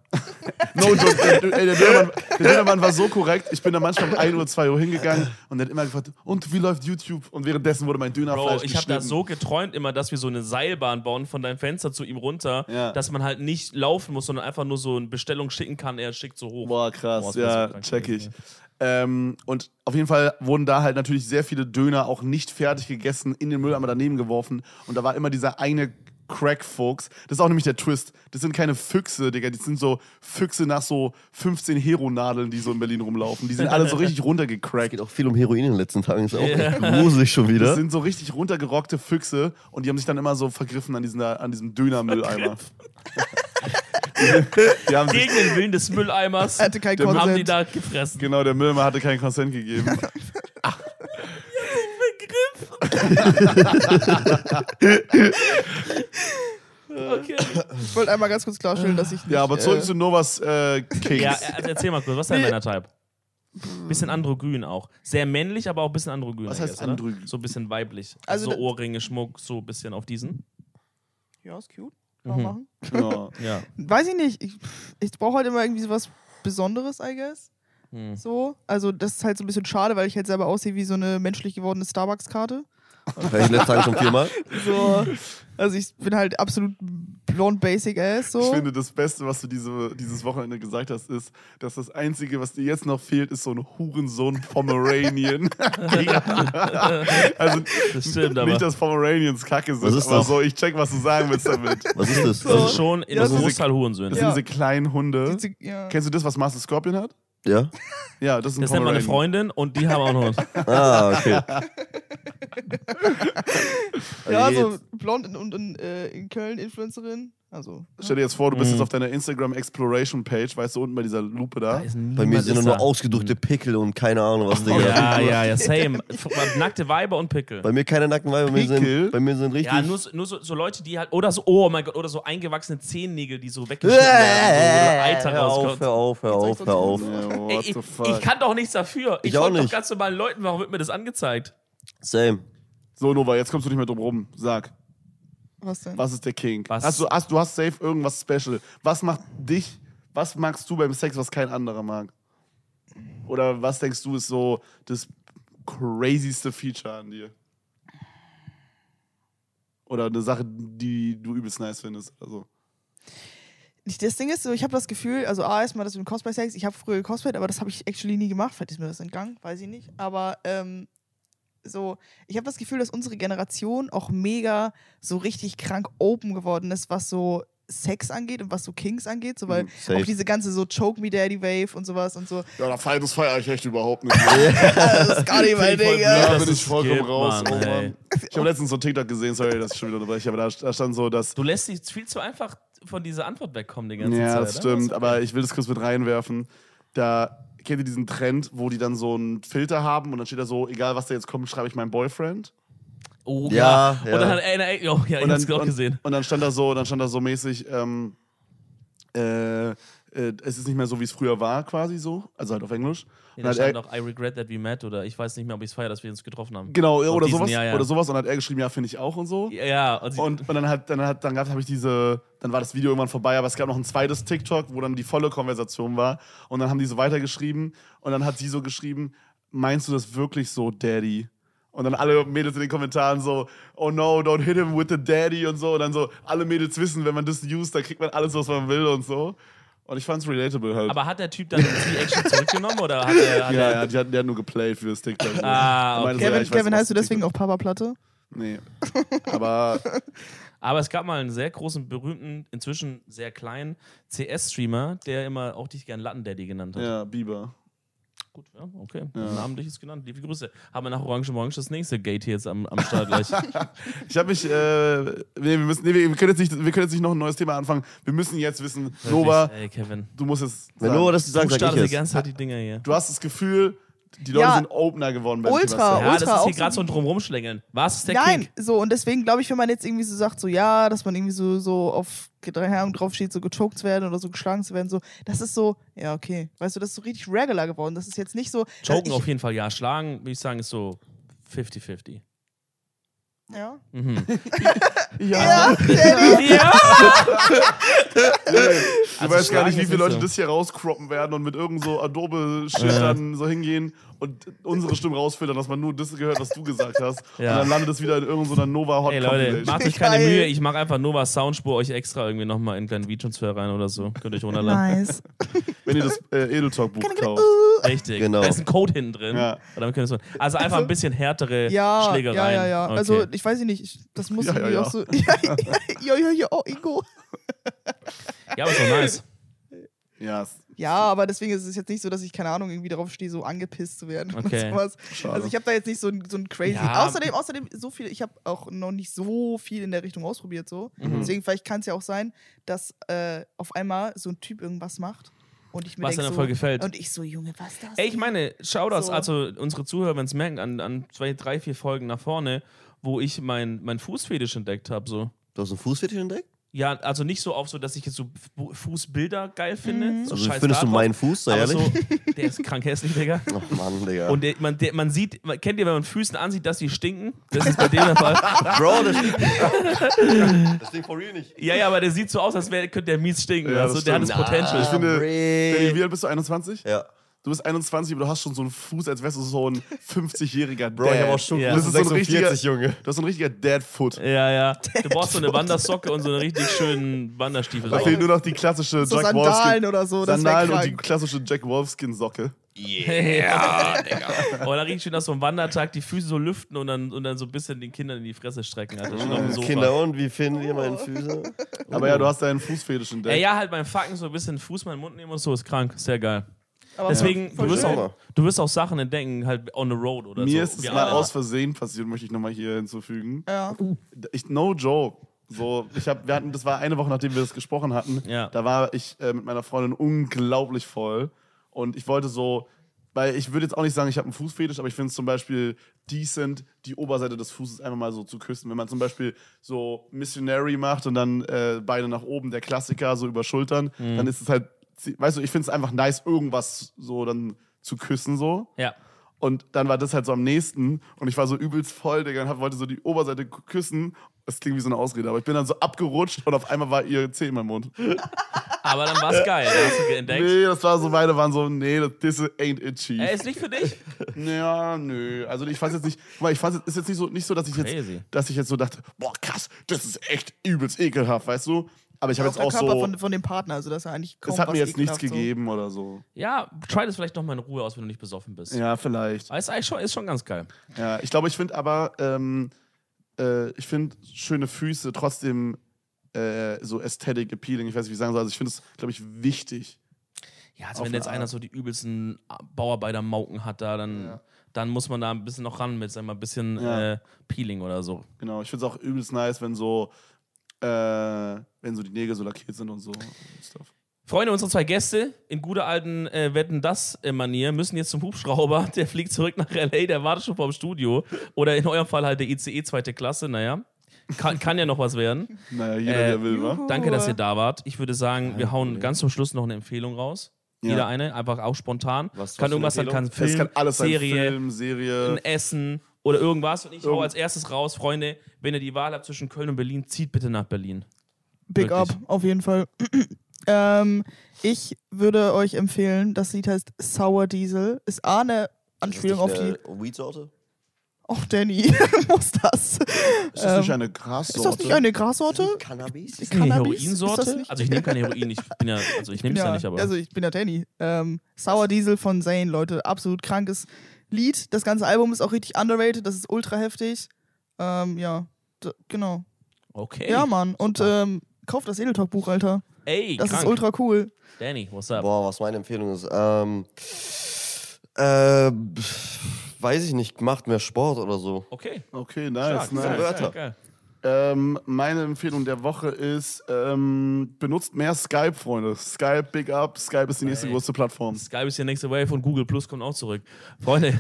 No joke. Der, Dö- ey, der, Dönermann, der Dönermann war so korrekt. Ich bin da manchmal um 1 Uhr, 2 Uhr hingegangen und der hat immer gefragt, und wie läuft YouTube? Und währenddessen wurde mein Dönerfleisch
Bro, ich habe da
geschnitten.
so geträumt immer, dass wir so eine Seilbahn bauen von deinem Fenster zu ihm runter,
Ja.
dass man halt nicht laufen muss, sondern einfach nur so eine Bestellung schicken kann, er schickt so hoch.
Boah, krass,
Boah, das wär
ja,
so krank
check ich.
gewesen,
Ähm, und auf jeden Fall wurden da halt natürlich sehr viele Döner auch nicht fertig gegessen, in den Mülleimer daneben geworfen. Und da war immer dieser eine Crack-Fuchs. Das ist auch nämlich der Twist. Das sind keine Füchse, Digga. Das sind so Füchse nach so 15 Heronadeln, die so in Berlin rumlaufen. Die sind alle so richtig
Es geht
runtergecrackt.
auch viel um Heroin in den letzten Tagen. Ist auch
Ja.
gruselig schon
Das
wieder.
ne?
sind so richtig runtergerockte Füchse und die haben sich dann immer so vergriffen an, diesen, an diesem Döner-Mülleimer. die haben sich,
Gegen den Willen des Mülleimers
Hatte kein
Der
haben die
Konsent.
da gefressen.
genau, der Mülleimer hatte keinen Consent gegeben.
Okay.
Ich wollte einmal ganz kurz klarstellen, dass ich nicht.
Ja, aber zurück
äh,
zu Novas äh, Kings.
Ja, also erzähl mal kurz, was ist dein Männertype? Bisschen androgyn auch. Sehr männlich, aber auch ein bisschen androgyn.
Was
I
heißt
guess, oder?
androgyn?
So ein bisschen weiblich.
Also
Also so
da-
Ohrringe, Schmuck, so ein bisschen auf diesen.
Ja, ist cute. Kann man
Mhm.
machen.
Ja.
Ja.
Weiß ich nicht. Ich, ich brauche halt immer irgendwie sowas Besonderes, I guess.
Hm.
So. Also, das ist halt so ein bisschen schade, weil ich halt selber aussehe wie so eine menschlich gewordene Starbucks-Karte.
Hör ich letzten Tagen schon viermal.
So. Also, ich bin halt absolut blond basic ass. So.
Ich finde, das Beste, was du diese, dieses Wochenende gesagt hast, ist, dass das Einzige, was dir jetzt noch fehlt, ist so ein Hurensohn Pomeranian. also
Das stimmt, aber.
nicht, dass Pomeranians kacke sind,
Was ist
aber
das?
so, ich check, was du sagen willst damit.
Was ist das?
das ist schon in
Ja,
einem
das ist-
Großteil Hurensöhne.
Das
Das,
Ja.
sind diese kleinen Hunde.
Diese- ja.
Kennst du das, was Master Scorpion hat?
Ja.
Ja, das ist ein
nennt meine
Pomeranian.
Freundin und die haben auch noch.
Ah, okay.
ja,
Also
also
jetzt-
blond in, und in, äh, in Köln Influencerin. Also.
Stell dir jetzt vor, du bist
Mhm.
jetzt auf deiner Instagram Exploration Page, weißt du, unten bei dieser Lupe da.
Bei mir sind nur noch ausgedrückte Pickel und keine Ahnung was, Digga.
Ja, ja, ja, same. F- Nackte Weiber und Pickel.
Bei mir keine nackten Weiber, bei mir
Pickel?
sind, bei mir sind richtig.
Ja, nur, so- nur so, so Leute, die halt, oder so, oh mein Gott, oder so eingewachsene Zehennägel, die so weggeschnitten werden, so, so Eiter
Äh, hör auf,
rauskommt.
hör auf, hör auf, hör auf.
Ja,
Ey,
what
ich,
the fuck.
ich kann doch nichts dafür. Ich,
Ich auch
folge doch
nicht.
ganz normalen Leuten, warum wird mir das angezeigt?
Same.
so, Nova, jetzt kommst du nicht mehr drum rum. Sag.
Was denn?
Was ist der King?
Was?
Hast du, hast, du hast safe irgendwas Special. Was macht dich, was magst du beim Sex, was kein anderer mag? Oder was denkst du ist so das crazyste Feature an dir? Oder eine Sache, die du übelst nice findest. Also,
Das Ding ist so, ich habe das Gefühl, also A, erstmal das mit dem Cosplay-Sex, ich habe früher gecosplayt, aber das habe ich actually nie gemacht, vielleicht ist mir das entgangen, weiß ich nicht. Aber ähm, so, ich habe das Gefühl, dass unsere Generation auch mega so richtig krank open geworden ist, was so Sex angeht und was so Kings angeht, so weil
Mhm,
safe.
auch diese ganze so Choke Me Daddy Wave und sowas und so.
ja, da feiert das feiere ich echt überhaupt nicht.
das ist gar nicht mein
Finde ich voll
Ding.
blöd.
ja.
da
das
bin
ist
ich vollkommen
Skip,
raus.
Mann,
oh,
ey.
Mann. Ich habe letztens so einen TikTok gesehen, sorry, dass ich schon wieder unterbreche, aber da, da stand so, dass
Du lässt dich viel zu einfach von dieser Antwort wegkommen, die ganze Zeit. ne?
Ja, das
oder?
stimmt, aber ich will das kurz mit reinwerfen. Da kennt ihr diesen Trend, wo die dann so einen Filter haben und dann steht da so, egal was da jetzt kommt, schreibe ich meinen Boyfriend.
Oh, ja,
Ja,
ja.
ja.
Und dann hat einer, ey, oh, ja, ich
Und dann,
hab's auch
und,
gesehen.
und dann stand da so, dann stand da so mäßig, ähm, äh, äh, es ist nicht mehr so, wie es früher war, quasi so. Also halt auf Englisch.
Ja,
Und
da
hat er-
stand noch I regret that we met oder ich weiß nicht mehr, ob ich es feiere, dass wir uns getroffen haben.
Genau,
Auf
oder
diesen,
sowas,
ja, ja.
oder sowas. Und dann hat er geschrieben, ja, finde ich auch und so.
Ja, ja. Und, sie-
Und, und dann hat, dann hat, dann gab, habe ich diese, dann war das Video irgendwann vorbei, aber es gab noch ein zweites TikTok, wo dann die volle Konversation war. Und dann haben die so weitergeschrieben und dann hat sie so geschrieben, meinst du das wirklich so, Daddy? Und dann alle Mädels in den Kommentaren so, oh no, don't hit him with the daddy und so. Und dann so, alle Mädels wissen, wenn man das used, dann kriegt man alles, was man will und so. Und ich fand's relatable halt.
aber hat der Typ dann die Action zurückgenommen oder hat er. Hat
ja,
er
ja, die hat, die hat nur geplayt für das TikTok. so.
Ah,
Er meinte so,
okay.
ja,
Kevin,
ich weiß,
Kevin
was
heißt du
für
deswegen auch Papa Platte?
TikTok- Nee. Aber
Aber es gab mal einen sehr großen, berühmten, inzwischen sehr kleinen CS-Streamer, der immer auch dich gern Latten-Daddy genannt hat.
ja, Bieber.
Gut, ja, okay. Namentlich ist genannt. Liebe Grüße. Haben wir nach Orange Orange das nächste Gate hier jetzt am, am Start gleich.
Ich habe mich, äh, nee, wir, müssen, nee, wir, können jetzt nicht, wir können jetzt nicht noch ein neues Thema anfangen. Wir müssen jetzt wissen, Nova,
Ey, Kevin.
du musst es
Wenn
sagen.
Nova das sagt,
Du
sag
startest die
ich es.
ganze Zeit die Dinger hier.
Du hast das Gefühl, die Leute
Ja.
sind Opener geworden bei
Ultra.
Sebastian.
Ja, das
Ultra
ist hier
auch
gerade so
so-
ein Drumrumschlängeln. Was ist der
Nein,
Krieg?
so und deswegen glaube ich, wenn man jetzt irgendwie so sagt, so ja, dass man irgendwie so, so auf Gedrängung draufsteht, so gechoked zu werden oder so geschlagen zu werden, so, das ist so, ja, okay. Weißt du, das ist so richtig regular geworden. Das ist jetzt nicht so.
Choken
ich,
auf jeden Fall, ja. Schlagen, würde ich sagen, ist so 50-50.
Ja.
Mhm.
Ja,
ja!
Du weißt gar
Schlagen
nicht, wie
ist
viele Leute
Also so.
das hier rauscroppen werden und mit irgend so Adobe-Schildern so hingehen und unsere Stimmen rausfiltern, dass man nur das gehört, was du gesagt hast.
Ja.
Und dann landet es wieder in irgendeiner so einer nova hot
Ey Leute, macht euch keine
Geil.
Mühe. Ich mache einfach Nova Soundspur euch extra irgendwie nochmal in kleinen V-Transfer rein oder so. Könnt ihr euch runterladen.
nice.
Wenn ihr das äh, Edeltalk-Buch kauft.
Richtig.
Genau.
Da ist ein Code hinten drin.
Ja.
Und damit könnt ihr so- Also einfach ein bisschen härtere
Ja, ja,
Schlägereien.
ja, ja.
Okay.
Also ich weiß nicht, ich, das muss
Ja, ja,
irgendwie
ja.
auch so. Ja, ja, ja, ja, oh, Ingo.
ja, aber ist doch nice.
Ja,
Ja, aber deswegen ist es jetzt nicht so, dass ich, keine Ahnung, irgendwie darauf stehe, so angepisst zu werden
Okay.
oder sowas.
Schade.
Also ich habe da jetzt nicht so ein, so ein crazy.
Ja.
Außerdem, außerdem, so viel, ich habe auch noch nicht so viel in der Richtung ausprobiert. so.
Mhm.
Deswegen, vielleicht kann es ja auch sein, dass äh, auf einmal so ein Typ irgendwas macht und ich mir
Was
denk
einem
so,
voll gefällt.
Und ich so, Junge, was das?
Ey, ich meine, Shoutouts,
So.
also unsere Zuhörer, wenn es merken, an, an zwei, drei, vier Folgen nach vorne, wo ich mein, mein Fußfetisch entdeckt habe. So.
Du hast einen Fußfetisch entdeckt?
Ja, also nicht so auf so, dass ich jetzt so Fu- Fußbilder geil finde.
Mhm.
So
Also
scheiß
findest du
darauf,
meinen Fuß, sei
aber
ehrlich?
so, Der ist krank hässlich, Digga.
Ach Mann, Digga.
Und der, man, der, man sieht, man, kennt ihr, wenn man Füßen ansieht, dass sie stinken? Das ist bei dem der Fall.
Bro, das Das Ding for real nicht.
Ja, ja, aber der sieht so aus, als wär, könnte der mies stinken.
Ja, das
also der hat das
stimmt.
Potential.
Ah,
ich finde, Danny,
Rick.
wie alt bist du? 21?
Ja.
Du bist 21, aber du hast schon so einen Fuß, als wärst du so ein 50-jähriger Bro.
Bro, ich hab auch schon
Ja.
Das ist so ein richtiger,
46, Junge.
das ist so ein richtiger Dad-Foot.
Ja, ja. Du brauchst so eine Wandersocke und so einen richtig schönen Wanderstiefel.
Da fehlt nur noch die klassische
so
Jack
Sandalen
Wolfskin.
oder so. Das wär
Sandalen und die
krank.
klassische Jack Wolfskin-Socke.
Ja, Digga. Oder richtig schön, dass so am Wandertag die Füße so lüften und dann, und dann so ein bisschen den Kindern in die Fresse strecken. Alter, schon auf
Mm,
dem Sofa.
Kinder, und wie finden ihr meine Füße?
Aber ja, du hast deinen Fußfetisch entdeckt.
Ey, ja, halt beim Fucken so ein bisschen Fuß mal in den Mund nehmen und so, ist krank. Sehr geil.
Aber
Deswegen,
voll
du, wirst
schön.
auch, du wirst auch Sachen entdecken, halt on the road oder so.
Mir ist es
Ja.
mal aus Versehen passiert, möchte ich nochmal hier hinzufügen.
Ja.
Ich, no joke. So, ich hab, wir hatten, das war eine Woche, nachdem wir das gesprochen hatten.
Ja.
Da war ich äh, mit meiner Freundin unglaublich voll. Und ich wollte so, weil ich würde jetzt auch nicht sagen, ich habe einen Fußfetisch, aber ich finde es zum Beispiel decent, die Oberseite des Fußes einfach mal so zu küssen. Wenn man zum Beispiel so Missionary macht und dann äh, Beine nach oben, der Klassiker, so über Schultern,
Mhm.
dann ist es halt, weißt du, ich finde es einfach nice, irgendwas so dann zu küssen so.
Ja.
Und dann war das halt so am nächsten und ich war so übelst voll, Digga, und hab, wollte so die Oberseite k- küssen. Das klingt wie so eine Ausrede, aber ich bin dann so abgerutscht und auf einmal war ihr Zeh in meinem Mund.
Aber dann war's geil. Da hast du entdeckt.
Nee, das war so, beide waren so, nee, das this ain't it, chief.
Ey, ist nicht für dich?
Ja, nö. Also ich fand's jetzt nicht, guck mal, ich fand's jetzt, ist jetzt nicht so, nicht so, dass ich jetzt,
Crazy.
dass ich jetzt so dachte, boah, krass, das ist echt übelst ekelhaft, weißt du? Aber ich habe
Auch
jetzt
der
auch
Körper
so,
von, von dem Partner, also das ist ja eigentlich kaum
es hat
was
mir jetzt nichts
ekelhaft so.
gegeben oder so.
Ja, try das vielleicht nochmal in Ruhe aus, wenn du nicht besoffen bist.
Ja, vielleicht.
Aber Ist, eigentlich schon, ist schon ganz geil.
Ja, ich glaube, ich finde aber, ähm, äh, ich finde schöne Füße trotzdem äh, so aesthetic appealing. Ich weiß nicht, wie ich sagen soll. Also ich finde es, glaube ich, wichtig.
Ja, also
Auf
wenn
eine
jetzt einer
Art.
so die übelsten Bauarbeiter-Mauken hat, da, dann,
Ja.
dann muss man da ein bisschen noch ran mit, sagen wir mal, ein bisschen
Ja.
äh, Peeling oder so.
Genau. Ich finde es auch übelst nice, wenn so, äh, wenn so die Nägel so lackiert sind und so. Stuff.
Freunde, unsere zwei Gäste in guter alten äh, Wetten das Manier müssen jetzt zum Hubschrauber. Der fliegt zurück nach LA, der wartet schon vorm Studio. Oder in eurem Fall halt der ICE zweite E Klasse, naja. Kann, kann ja noch was werden.
Naja, jeder,
Äh,
der will, wa?
Juhu.
Danke, dass ihr da wart. Ich würde sagen, wir hauen
Problem.
ganz zum Schluss noch eine Empfehlung raus.
Ja.
Jeder eine, einfach auch spontan.
Was- was für
kann
eine
irgendwas sein, kann
Empfehlung?
Film,
es kann alles sein:
Serie,
Film, Serie.
ein Essen oder irgendwas. Und ich hau
Irgend-
als erstes raus, Freunde, wenn ihr die Wahl habt zwischen Köln und Berlin, zieht bitte nach Berlin.
Big
Wirklich.
up, auf jeden Fall. ähm, ich würde euch empfehlen, das Lied heißt Sour Diesel. Ist A eine Anspielung auf die.
Weed-Sorte?
Auf Danny muss das.
Ist das nicht eine
ähm, Ist das nicht
Grassorte?
eine Grassorte?
Cannabis?
Ist das eine
Cannabis? Ist das
Heroinsorte?
nicht-
Also ich nehme keine Heroin, ich bin ja, also ich nehme es ja, nicht, aber.
Also ich bin ja Danny. Ähm, Sour Diesel von Zane, Leute, absolut krankes Lied. Das ganze Album ist auch richtig underrated, das ist ultra heftig. Ähm, ja, D genau.
okay.
ja, Mann. Und
super.
ähm, kauft das Edeltalk-Buch, Alter.
Ey,
Das
krank.
ist ultra cool.
Danny, what's up?
Boah, was meine Empfehlung ist. Ähm, äh, pff, weiß ich nicht, macht mehr Sport oder so.
Okay.
Okay, nice,
stark,
nice.
geil,
Wörter.
geil, geil.
Ähm, meine Empfehlung der Woche ist, ähm, benutzt mehr Skype, Freunde. Skype, Big Up. Skype ist die nächste
Ey.
große Plattform.
Skype ist die nächste Wave und Google Plus kommt auch zurück. Freunde,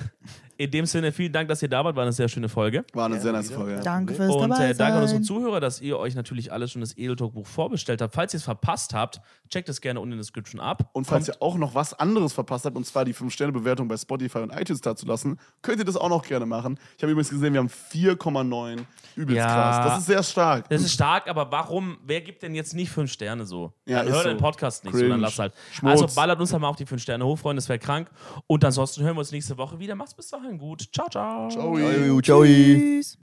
in dem Sinne, vielen Dank, dass ihr da wart. War eine sehr schöne Folge.
War eine
Ja,
sehr nice
wieder.
Folge. ja.
Danke fürs
und
dabei
äh, danke an unsere
sein.
Zuhörer, dass ihr euch natürlich alle schon das Edeltalk-Buch vorbestellt habt. Falls ihr es verpasst habt, checkt es gerne unten in der Description ab.
Und falls
Kommt-
ihr auch noch was anderes verpasst habt, und zwar die 5-Sterne-Bewertung bei Spotify und iTunes dazulassen, könnt ihr das auch noch gerne machen. Ich habe übrigens gesehen, wir haben 4,9. Übelst
Ja.
krass. Das ist sehr stark.
das ist stark, aber warum, wer gibt denn jetzt nicht fünf Sterne so?
Ja,
dann
ist
hör
so.
den Podcast nicht, so,
Cringe.
dann lass halt.
Schmutz.
Also ballert uns halt mal auf die fünf Sterne hoch, Freunde, das wäre krank.
哎
Und ansonsten hören wir uns nächste Woche wieder. Macht's bis dahin gut. Ciao, ciao.
Ciao.
Ciao, ciao.
Tschüss.